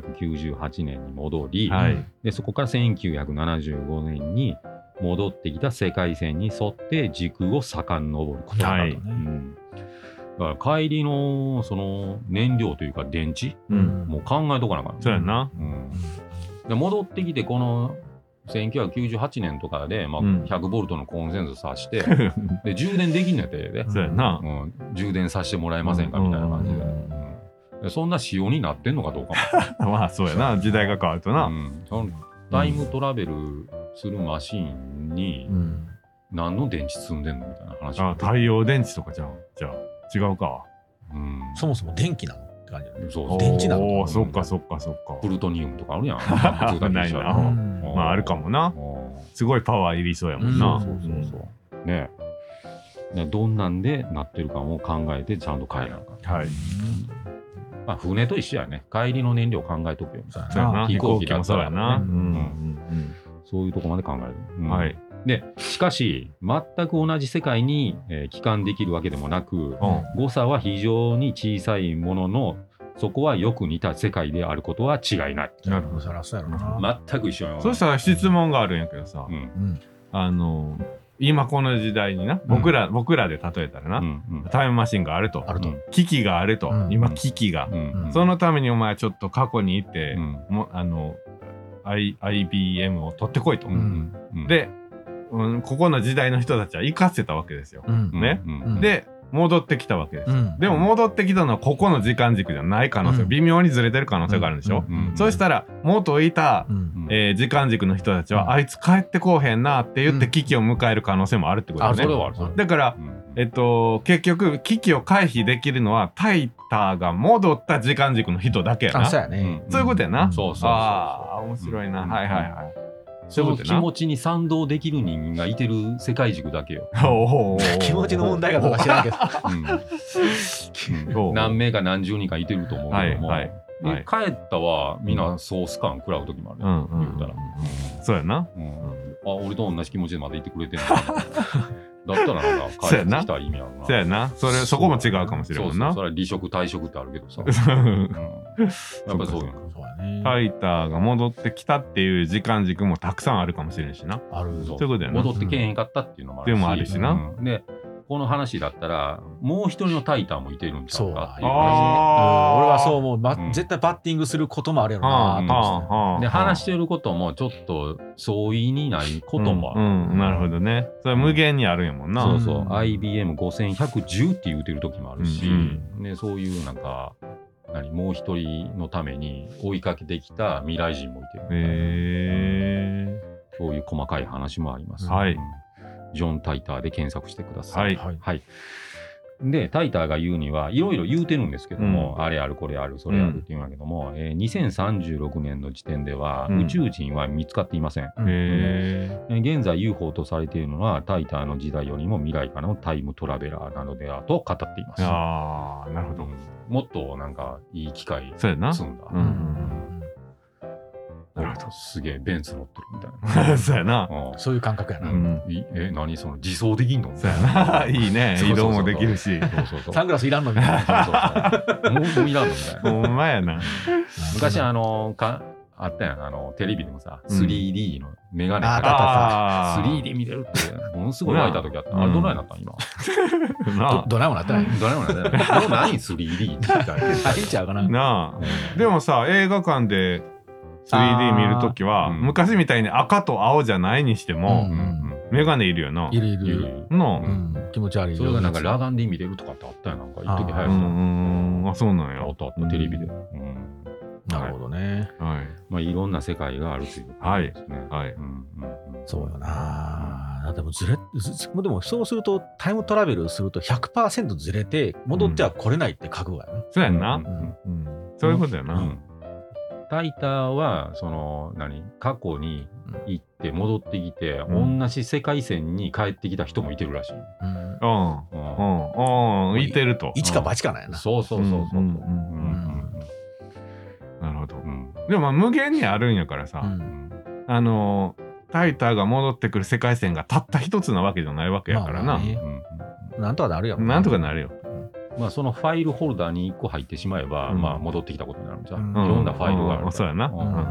Speaker 2: 1998年に戻
Speaker 1: う
Speaker 2: り、
Speaker 1: んはい
Speaker 2: で、そこから1975年に戻ってきた世界線に沿って時空を遡ることになる。
Speaker 1: は
Speaker 3: ないるほ
Speaker 2: う
Speaker 3: どね
Speaker 2: んだから帰りのその燃料というか電池
Speaker 1: うん
Speaker 2: もう考えとかなあかん
Speaker 1: そうやな
Speaker 2: うんで戻ってきてこの1998年とかで、まあ、
Speaker 1: うん
Speaker 2: 100ボルトのコンセントさしてで充電できんのやったらええで、
Speaker 1: そうやな
Speaker 2: うん、充電させてもらえませんかみたいな感じで,
Speaker 1: う
Speaker 2: うんん、でそんな仕様になってんのかどうか
Speaker 1: まあそうやな時代が変わると
Speaker 2: も、
Speaker 1: な
Speaker 2: うんそのタイムトラベルするマシーンに
Speaker 3: うん
Speaker 2: 何の電池積んでんのみたいな話、
Speaker 1: あ太陽電池とかじゃんじゃあ違うか
Speaker 2: うん、
Speaker 3: そもそも電気なのって感じだね。
Speaker 2: そう
Speaker 1: お
Speaker 2: そう
Speaker 1: ー
Speaker 3: 電池なの
Speaker 2: かな
Speaker 1: そっかそっかそっか
Speaker 2: プルトニウムとかあるやん普通だけでしょ
Speaker 1: ないな
Speaker 2: うん
Speaker 3: うん
Speaker 1: まああるかもな
Speaker 2: うん
Speaker 1: すごいパワーいりそうやもん
Speaker 2: そ
Speaker 1: な
Speaker 2: うそうそうそう。ねねどんなんでなってるかも考えてちゃんと帰らなあかん
Speaker 1: はい
Speaker 2: まあ、船と一緒やね。帰りの燃料考えとくよみたいな。
Speaker 1: そうやな
Speaker 2: あ
Speaker 1: 飛行機もそうやな
Speaker 3: 飛行機だったらね
Speaker 1: うん
Speaker 2: そういうとこまで考える。う
Speaker 1: うん
Speaker 2: ん
Speaker 1: はい
Speaker 2: で、しかし、全く同じ世界に、えー帰還できるわけでもなく、
Speaker 1: うん
Speaker 2: 誤差は非常に小さいものの、そこはよく似た世界であることは違いない。
Speaker 1: なるほど
Speaker 3: そらそうやろな。
Speaker 2: 全く一緒よ。
Speaker 1: そしたら質問があるんやけどさ
Speaker 2: うん。
Speaker 3: うん。
Speaker 1: あの今この時代にな僕ら僕らで例えたら
Speaker 2: う
Speaker 1: なん
Speaker 2: うん
Speaker 1: タイムマシンがあると
Speaker 3: あると。
Speaker 1: 危機があると
Speaker 3: うん
Speaker 1: 今危機が
Speaker 2: うんうん
Speaker 1: そのためにお前ちょっと過去に行って
Speaker 2: うん
Speaker 1: もあの I- IBM を取ってこいと
Speaker 2: うんうん、
Speaker 1: でうんここの時代の人たちは生かせたわけですよ
Speaker 3: うん。
Speaker 1: ね
Speaker 2: うん
Speaker 3: うん
Speaker 1: で戻ってきたわけです
Speaker 3: うん。
Speaker 1: でも戻ってきたのはここの時間軸じゃない可能性、
Speaker 3: うん
Speaker 1: 微妙にずれてる可能性があるんでしょ、
Speaker 2: うんうん
Speaker 1: そうしたら元いた
Speaker 3: う、ん。
Speaker 2: うん
Speaker 1: えー時間軸の人たちは、
Speaker 3: うん
Speaker 1: あいつ帰ってこうへんなって言って
Speaker 3: うん
Speaker 1: 危機を迎える可能性もあるってことだ
Speaker 2: あ、
Speaker 1: よ
Speaker 2: そ
Speaker 1: ね、
Speaker 2: れはあるそれはある。
Speaker 1: だから、えっと、結局危機を回避できるのはタイターが戻った時間軸の人だけやな
Speaker 3: あ、
Speaker 1: そ
Speaker 3: そう
Speaker 1: う
Speaker 3: や
Speaker 2: う
Speaker 3: ね
Speaker 2: ん。
Speaker 1: いうことやな、
Speaker 3: うん
Speaker 2: そうそうそう
Speaker 1: ああ面白いな、
Speaker 2: うん
Speaker 1: はいはいはい、
Speaker 2: そ
Speaker 1: そういう
Speaker 2: の
Speaker 1: こと
Speaker 2: 気
Speaker 1: やな
Speaker 2: 持ちに賛同できる人間がいてる世界軸だけ よ。
Speaker 1: おー
Speaker 3: 気持ちの問題かどうか知らんけど。
Speaker 2: うん
Speaker 1: おー
Speaker 2: 何名か何十人かいてると思うけども、
Speaker 1: はいはい
Speaker 2: で
Speaker 1: はい
Speaker 2: 帰ったはみんなソース感食らう時もある
Speaker 1: う
Speaker 2: よ、
Speaker 1: んうんうん
Speaker 2: 言うたら
Speaker 1: そうやな
Speaker 2: うんあ俺と同じ気持ちでまだいてくれてるのか なだったらなんか帰ってきた意味あるな。
Speaker 1: そうやなそれそこも違うかもしれん
Speaker 2: そう
Speaker 1: も
Speaker 2: そ
Speaker 1: ん
Speaker 2: う
Speaker 1: な
Speaker 2: それは離職退職ってあるけどさ、 うんやっぱりそうやん
Speaker 3: そうやね。
Speaker 1: タイターが戻ってきたっていう時間軸もたくさんあるかもしれんしな。
Speaker 3: ある
Speaker 2: そ
Speaker 3: ぞ
Speaker 2: う。
Speaker 1: そういうことやな
Speaker 2: 戻ってけえへんかったっていうのもあるし,、
Speaker 1: でもあるしな
Speaker 2: うんでこの話だったらもう一人のタイタンもいてるんちゃうかっていう話
Speaker 3: そうなんやうん俺はそう
Speaker 1: う。
Speaker 3: 思う、
Speaker 2: う
Speaker 3: ま
Speaker 2: ん
Speaker 3: 絶対バッティングすることもあるやろ
Speaker 1: はあ、
Speaker 3: なと
Speaker 1: は
Speaker 3: 思って
Speaker 1: あ、はあ。
Speaker 2: で話してることもちょっと相違にないこともあ
Speaker 1: う
Speaker 2: る。
Speaker 1: ん、うんなるほどね。それは無限にあるんやもんな。
Speaker 2: そううんそう、IBM5110 って言うてる時もあるし、ね、そういうなんか何もう一人のために追いかけてきた未来人もいてるみたいな、
Speaker 1: へえ
Speaker 2: そういう細かい話もあります、
Speaker 1: はい
Speaker 2: うんジョン・タイターで検索してくださ。
Speaker 1: はいい。
Speaker 3: はい。
Speaker 2: はいで、タイターが言うには、いろいろ言うてるんですけども、あれある、これある、それあるっていうんだけども、えー2036年の時点では、
Speaker 1: うん
Speaker 2: 宇宙人は見つかっていません。
Speaker 1: へ
Speaker 2: えー現在 UFO とされているのは、タイターの時代よりも未来からのタイムトラベラーなのではと語っています
Speaker 1: え。。ああ、なるほ
Speaker 2: う
Speaker 1: ど。
Speaker 2: んもっとなんかいい機会
Speaker 1: そうやな。
Speaker 2: 積んだ。
Speaker 1: うんなるほ
Speaker 2: すげえ、ベンツ乗ってるみたい
Speaker 1: ど。 そうやな。
Speaker 2: な。
Speaker 3: そういう感覚や
Speaker 2: う
Speaker 3: な。
Speaker 2: ん、いえ、何その自走できんの
Speaker 1: そうやな。いいね。
Speaker 2: そうそう
Speaker 1: 移
Speaker 2: そう
Speaker 1: 動もできるし。
Speaker 2: そうそうそう。
Speaker 3: サングラスいらんのみたいな。
Speaker 2: そうそうそうもうもういらんのみたいな。
Speaker 1: ほんまやな。
Speaker 2: 昔あのかあったやんあのテレビでもさ
Speaker 1: うん
Speaker 2: 3D のメガネ
Speaker 3: あ
Speaker 2: か
Speaker 3: だった
Speaker 2: か
Speaker 1: あ
Speaker 2: ってさ 3D 見れるってものすごい湧いた時あったあれ
Speaker 1: うん
Speaker 2: どないなったん 今
Speaker 3: ど
Speaker 1: な
Speaker 3: ドラマなってない。
Speaker 2: どないもなんだよ何 3D って
Speaker 3: 大ちゃうか
Speaker 1: あ。
Speaker 3: な。
Speaker 1: なあ。でもさ、映画館で 3D 見るときは、
Speaker 2: あーうん
Speaker 1: 昔みたいに赤と青じゃないにして
Speaker 2: う
Speaker 1: も
Speaker 2: ん、
Speaker 1: メガネいるよな。
Speaker 3: いるいる
Speaker 2: うんい
Speaker 3: い
Speaker 2: るい
Speaker 3: る。
Speaker 2: る
Speaker 1: なあ。
Speaker 3: う、
Speaker 1: うん
Speaker 3: 気持ち悪い。
Speaker 2: それがなんか裸眼で見れるとかってあったやんなんか一時流
Speaker 3: あ
Speaker 1: ー
Speaker 2: 行っ
Speaker 1: ん。あ、そうなん
Speaker 2: た
Speaker 1: や
Speaker 2: よあったあったテレビで。うん
Speaker 3: なるほどね。
Speaker 1: はい。
Speaker 2: まあいろんな世界があるということですね
Speaker 1: はい
Speaker 2: うんうんうん
Speaker 3: そうよな。でもずれずずでもそうするとタイムトラベルすると100%ずれて戻っては来れないって覚悟やな。
Speaker 1: そうやん
Speaker 2: う
Speaker 1: な。
Speaker 2: ん
Speaker 1: うんそういうことやな。
Speaker 2: うんタイターはその何過去に行って戻ってきて、
Speaker 1: うん
Speaker 2: 同じ世界線に帰ってきた人もいてるらしい。
Speaker 3: う
Speaker 1: う
Speaker 3: ん
Speaker 1: ん。
Speaker 2: うん
Speaker 1: うん、うん、いてると。
Speaker 3: 一か八かなんやな。
Speaker 2: そうそうそうそう。
Speaker 1: うん
Speaker 2: うんうん
Speaker 1: なるほど
Speaker 2: う。ん
Speaker 1: でもまあ無限にあるんやからさ、
Speaker 3: うん
Speaker 1: あのータイターが戻ってくる世界線がたった一つなわけじゃないわけやからな、
Speaker 3: まあね
Speaker 2: うん
Speaker 3: なんとかなるやろ
Speaker 1: なんとかなるよ。
Speaker 2: まあそのファイルホルダーに1個入ってしまえば、
Speaker 1: うん
Speaker 2: まあ戻ってきたことになるんじゃう、
Speaker 3: うん
Speaker 2: いろんなファイルがある
Speaker 1: うんそう
Speaker 2: から、
Speaker 1: やな。
Speaker 2: うん
Speaker 1: うんうん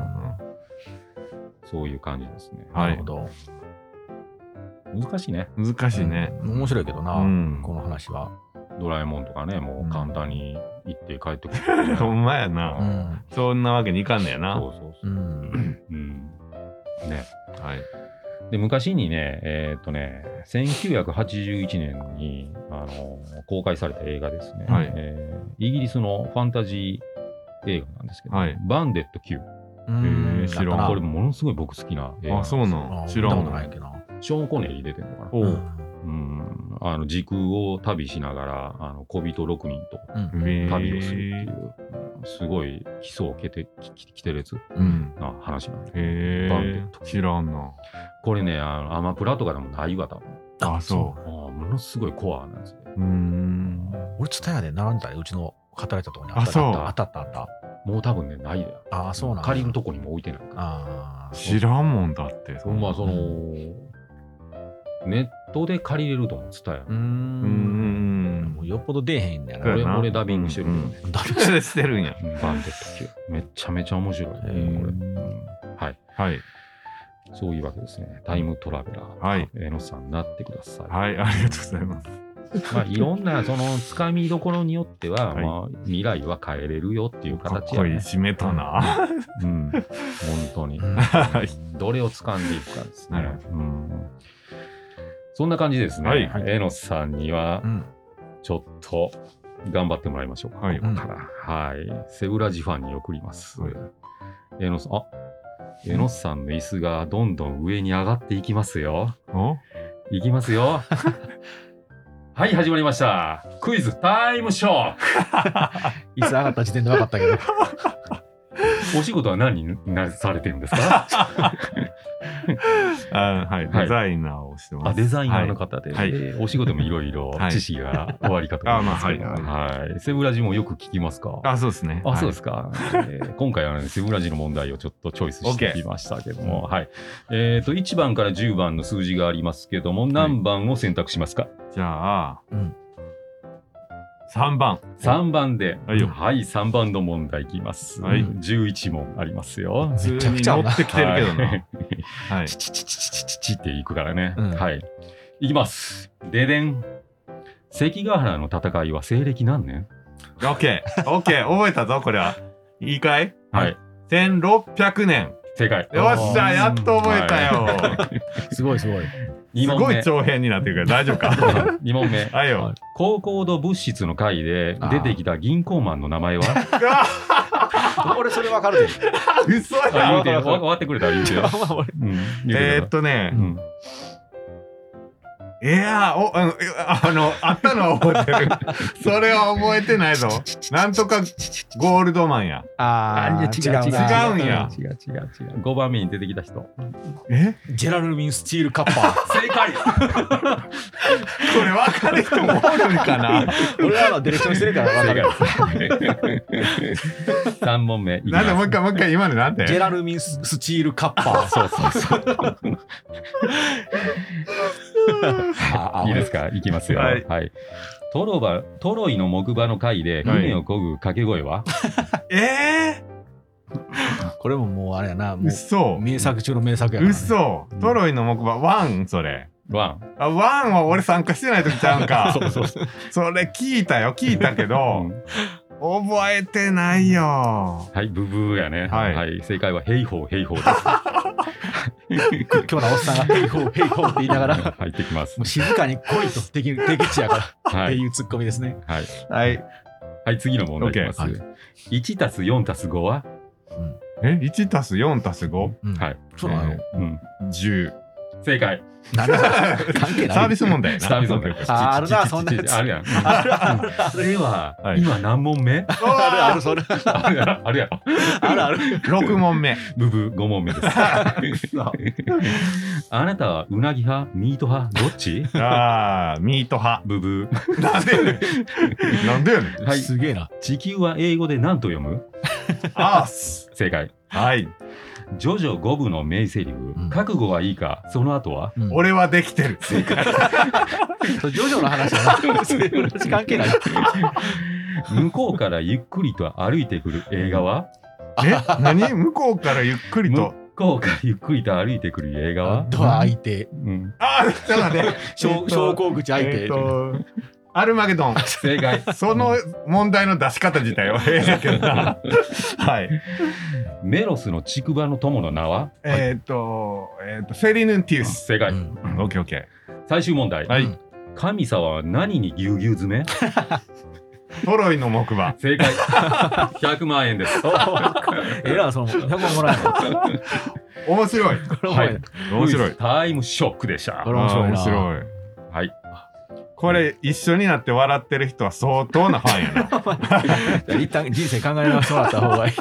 Speaker 2: そういう感じですね。
Speaker 1: は
Speaker 3: ないるほど。
Speaker 2: 難しいね。
Speaker 1: うん難しいね。
Speaker 3: うん面白いけど
Speaker 1: う
Speaker 3: な、
Speaker 1: ん。
Speaker 3: この話は。
Speaker 2: ドラえもんとかね、もう簡単に行って帰ってくる、
Speaker 1: ほんまや
Speaker 2: う
Speaker 1: な、
Speaker 3: うん。
Speaker 1: そんなわけにいかんねやな。
Speaker 2: そうそう
Speaker 3: う
Speaker 2: そう。
Speaker 3: ん。
Speaker 2: うん、ね。
Speaker 1: はい。
Speaker 2: で昔にね、えーっとね、1981年に、あの公開された映画ですね、
Speaker 1: はい
Speaker 2: えーイギリスのファンタジー映画なんですけど、
Speaker 1: はい
Speaker 2: バンデット Q、
Speaker 3: うん
Speaker 1: 知らん
Speaker 3: やったな
Speaker 2: これ、ものすごい僕好きな映画
Speaker 1: あ、そうなん。
Speaker 3: あ
Speaker 1: 知
Speaker 3: 見
Speaker 1: ら
Speaker 3: た
Speaker 1: ん
Speaker 3: こと
Speaker 1: わ
Speaker 3: ないけどな。
Speaker 2: ショーン・コネリー出てるのかな、
Speaker 1: おう
Speaker 2: うんあの時空を旅しながらあの小人6人と
Speaker 3: うん
Speaker 1: へえ
Speaker 2: 旅をするっていう、うんすごい奇想けてきききてれつ
Speaker 1: うん。
Speaker 2: な話なんで、
Speaker 1: へ
Speaker 2: バンデッ
Speaker 1: え
Speaker 2: ト。
Speaker 1: 知らんな。
Speaker 2: これね、あのアマプラとかでもないわ、多分
Speaker 1: あ、そ
Speaker 2: あーものすごいコアなんですね。
Speaker 1: う。うーん。
Speaker 3: 俺、ツタヤで並んだよ、うちの働いたところにあった。
Speaker 1: あそう
Speaker 3: あったあったあった。
Speaker 2: もう多分ね、ないだよ。
Speaker 3: ああ、そうなんだ
Speaker 2: 借りるとこにも置いてないから。
Speaker 3: ああ。
Speaker 1: 知らんもんだって。そんな
Speaker 2: まあ、その、ネットで借りれると思う、ツタヤ
Speaker 3: うー。。
Speaker 1: うんん
Speaker 3: も。うよっぽど出えへんねや
Speaker 1: そう
Speaker 3: な
Speaker 1: や。
Speaker 2: 俺、
Speaker 1: な
Speaker 2: 俺ダビングしてるけどね。
Speaker 3: だけど
Speaker 1: それしてるんや。
Speaker 2: うんバンデット級めっちゃめちゃ面白い、ね、これ、
Speaker 3: ー
Speaker 2: うんはい。
Speaker 1: はい。
Speaker 2: そういうわけですね。タイムトラベラー。
Speaker 1: はい。
Speaker 2: えのさんになってください。
Speaker 1: はい、ありがとうございます。
Speaker 2: まあ、いろんな、その、つかみどころによっては、
Speaker 1: はい
Speaker 2: まあ、未来は変えれるよっていう
Speaker 1: かっ
Speaker 2: 形や
Speaker 1: こいい
Speaker 2: ね。
Speaker 1: 締めたな。
Speaker 2: うん。本当に。
Speaker 3: うん
Speaker 1: はい。
Speaker 2: どれを掴んでいくかです
Speaker 1: な
Speaker 2: ね
Speaker 1: る。
Speaker 2: うん、そんな感じですね。
Speaker 1: はい
Speaker 2: えのさんには
Speaker 3: う、ん。
Speaker 2: ちょっと頑張ってもらいましょうか。
Speaker 1: はい
Speaker 2: ここから。はい。セブラジファンに送ります。
Speaker 1: はい
Speaker 2: えのさん、あえのさんの椅子がどんどん上に上がっていきますよ。
Speaker 1: お
Speaker 2: いきますよ。はい、始まりました。クイズタイムショー
Speaker 3: 椅子上がった時点で分かった けど。
Speaker 2: お仕事は何になされてるんですか
Speaker 1: あはい、
Speaker 2: はい
Speaker 1: デザイナーをしてます。
Speaker 2: あデザイナーの方で、
Speaker 1: はい
Speaker 2: えーお仕事もいろいろ
Speaker 1: はい
Speaker 2: 知識が終わりかと思いますけど、
Speaker 1: あま
Speaker 2: はいセブラジもよく聞きますか
Speaker 1: はい。あ、そうですね。。
Speaker 2: あ、そうですすか。えー今回は、ね、セブラジの問題をちょっとチョイスしてきましたけども、はい。えっ、と、1番から10番の数字がありますけども、何番を選択しますか、
Speaker 1: じゃあ
Speaker 3: うん、
Speaker 1: 三番。
Speaker 2: ?3 番で。
Speaker 1: はいよ
Speaker 2: はい、3番の問題いきます。
Speaker 1: はい
Speaker 2: 11問ありますよ。
Speaker 1: 普
Speaker 3: めち
Speaker 1: 通
Speaker 3: ゃ
Speaker 1: に
Speaker 3: くちゃ
Speaker 1: 乗
Speaker 3: 合うな
Speaker 1: ってきてるけど
Speaker 2: は。
Speaker 1: ないはい。
Speaker 2: チチチチチチチチっていくからね。
Speaker 3: うん
Speaker 2: はい。いきます。ででん。関ヶ原の戦いは西暦何年
Speaker 1: オッケー、オッケー、覚えたぞ、これは。いいかい
Speaker 2: はい。
Speaker 1: 千六百年。
Speaker 2: 正解。
Speaker 1: よっしゃ、やっと覚えたよ。
Speaker 3: すごいすごい。
Speaker 2: 2
Speaker 1: す
Speaker 2: 問
Speaker 1: ご
Speaker 2: 目
Speaker 1: い。長編になってるから、大丈 夫か。
Speaker 2: 2問目。
Speaker 1: はいよ。
Speaker 2: 高高度物質の回で出てきた銀行マンの名前は
Speaker 1: あ
Speaker 3: 俺それ分 かるで。
Speaker 1: 嘘
Speaker 2: あ言うてよ、
Speaker 1: や。
Speaker 2: 終わってくれたら言うてよ。うん言うて
Speaker 1: え
Speaker 2: く
Speaker 1: ー
Speaker 2: れ
Speaker 1: ったとね
Speaker 2: う、ん
Speaker 1: いやーおあのえあのあったのは覚えてるそれは覚えてないぞなんとかゴールドマンや
Speaker 4: ああ、
Speaker 2: あいや違う
Speaker 4: な
Speaker 1: 違うんや
Speaker 4: 違う違う違う。
Speaker 2: 5番目に出てきた人。
Speaker 1: え
Speaker 3: ジェラルミン・スチール・カッパ
Speaker 2: 正解
Speaker 1: これ分かる人もおるんかな
Speaker 3: ー。俺らはディレクションしてるから分かるよ
Speaker 2: !3 問目いきます。
Speaker 1: なんだもう一回もう一回今のなん
Speaker 3: ジェ
Speaker 1: て
Speaker 3: ラルミン・スチール・カッパー。そうそうそう。あ
Speaker 2: いいですかいきますよ。
Speaker 1: は
Speaker 2: はいい。トロバ、トロイの木馬の会で船を漕ぐ掛け声は、
Speaker 1: え
Speaker 3: これももうあれやな、
Speaker 1: ー、
Speaker 3: も
Speaker 1: 嘘
Speaker 3: う名作中の名作やから、ね。
Speaker 1: 嘘トロイの木馬ワンそれ
Speaker 2: ワン。
Speaker 1: あワンは俺参加してない時ちゃうん か
Speaker 2: そうそうそう。
Speaker 1: それ聞いたよ聞いた け
Speaker 2: う
Speaker 1: ど
Speaker 2: ん
Speaker 1: 覚えてないよ
Speaker 2: はい、ブブーやね。
Speaker 1: はい
Speaker 2: 正解は、ヘイホー、ヘイホー
Speaker 3: 今日のおっさんが、ヘイホー、ヘイホーって 言いなが
Speaker 2: です。
Speaker 3: ら、も
Speaker 2: 入ってきます
Speaker 3: う。静かに来いと敵、敵地やから、っ
Speaker 2: は
Speaker 3: て
Speaker 2: い。
Speaker 3: いうツッコミですね。
Speaker 2: はい。
Speaker 1: はい
Speaker 2: はい、次の問題いきます。
Speaker 3: OK
Speaker 2: 1たす4たす5は、
Speaker 1: え1たす4たす5
Speaker 3: うん
Speaker 2: はい。
Speaker 3: そうなの、
Speaker 2: えーうん。
Speaker 1: 10
Speaker 2: 正解。
Speaker 3: なるほど。 関係ない。
Speaker 1: サービス問題やな
Speaker 2: スタミナ問題
Speaker 1: それ
Speaker 3: ああるな
Speaker 2: ちちちち
Speaker 3: そんなやつ
Speaker 2: あるやん。
Speaker 3: あるある
Speaker 2: それは
Speaker 1: は、い
Speaker 2: 今何問 目
Speaker 1: うわ
Speaker 3: ある
Speaker 1: ー
Speaker 3: ある、それ。
Speaker 2: あるやろ。あるやろ。
Speaker 3: あるある。
Speaker 1: 六問目。
Speaker 2: ブブー5問目です。 あなたはうなぎ派、ミート派、どっち
Speaker 1: ああ、ミート派。
Speaker 2: ブブー。
Speaker 1: なんでやねん。なんでやねん。
Speaker 2: はい
Speaker 3: すげえな。
Speaker 2: 地球は英語で何と読む
Speaker 1: アース。
Speaker 2: 正解。
Speaker 1: はい。
Speaker 2: ジョジョ5部の名セリフ、
Speaker 3: うん
Speaker 2: 覚悟はいいか、その後 は
Speaker 3: うん、
Speaker 1: 俺はできてる。
Speaker 3: それジョジョの話やな。それ私 関係ない。
Speaker 2: 向こうからゆっくりと歩いてくる映画は
Speaker 1: え、何向こうからゆっくり
Speaker 2: 向
Speaker 1: と。
Speaker 2: こうからゆっくりと歩いてくる映画は、
Speaker 3: ドア開いて、
Speaker 2: うん、
Speaker 1: ああ、ちょっと待って。
Speaker 3: 昇昇降口開い
Speaker 1: え
Speaker 3: て
Speaker 1: ー。とアルマゲドン。
Speaker 2: 正解。
Speaker 1: その問題の出し方自体 はええやけどな。はい。
Speaker 2: メロスの竹馬の友の名は
Speaker 1: えっと、えっと、セリヌンティウス。
Speaker 2: 正解。
Speaker 3: うん
Speaker 1: オッケーオッケ
Speaker 2: 最終問題。
Speaker 1: はい
Speaker 2: 神様は何にぎゅうぎゅう詰め
Speaker 1: ー。トロイの木馬。
Speaker 2: 正 解。100万円です。
Speaker 3: ええな、その、100万もらえるの
Speaker 1: 面白い。
Speaker 3: これお前
Speaker 2: はい
Speaker 1: 面白い。
Speaker 2: タイムショックでした
Speaker 3: こ。れ面白
Speaker 1: あー
Speaker 3: いな
Speaker 1: 面白い。
Speaker 2: はい。
Speaker 1: これ一緒になって笑ってる人は相当なファンやな。
Speaker 3: じゃあ一旦人生考え直してもらった方がいい。
Speaker 1: い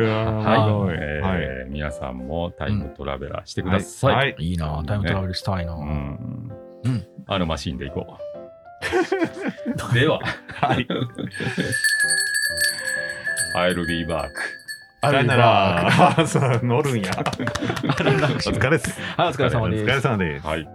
Speaker 1: やー
Speaker 2: は
Speaker 1: 面白
Speaker 2: い、え
Speaker 1: い
Speaker 2: ー
Speaker 1: はい。
Speaker 2: 皆さんもタイムトラベラーしてください。
Speaker 1: はいはい
Speaker 3: いいな、タイムトラベルしたいな。
Speaker 2: うん
Speaker 3: うん
Speaker 2: あのマシンで行こ う。では、
Speaker 1: はい。
Speaker 2: I'll be back。
Speaker 1: さよな ら。あそう乗るんや。
Speaker 3: あれだ
Speaker 1: お疲れっす。
Speaker 3: はい、お疲れ様
Speaker 1: お
Speaker 3: です
Speaker 1: 疲。れ様です。
Speaker 2: はい。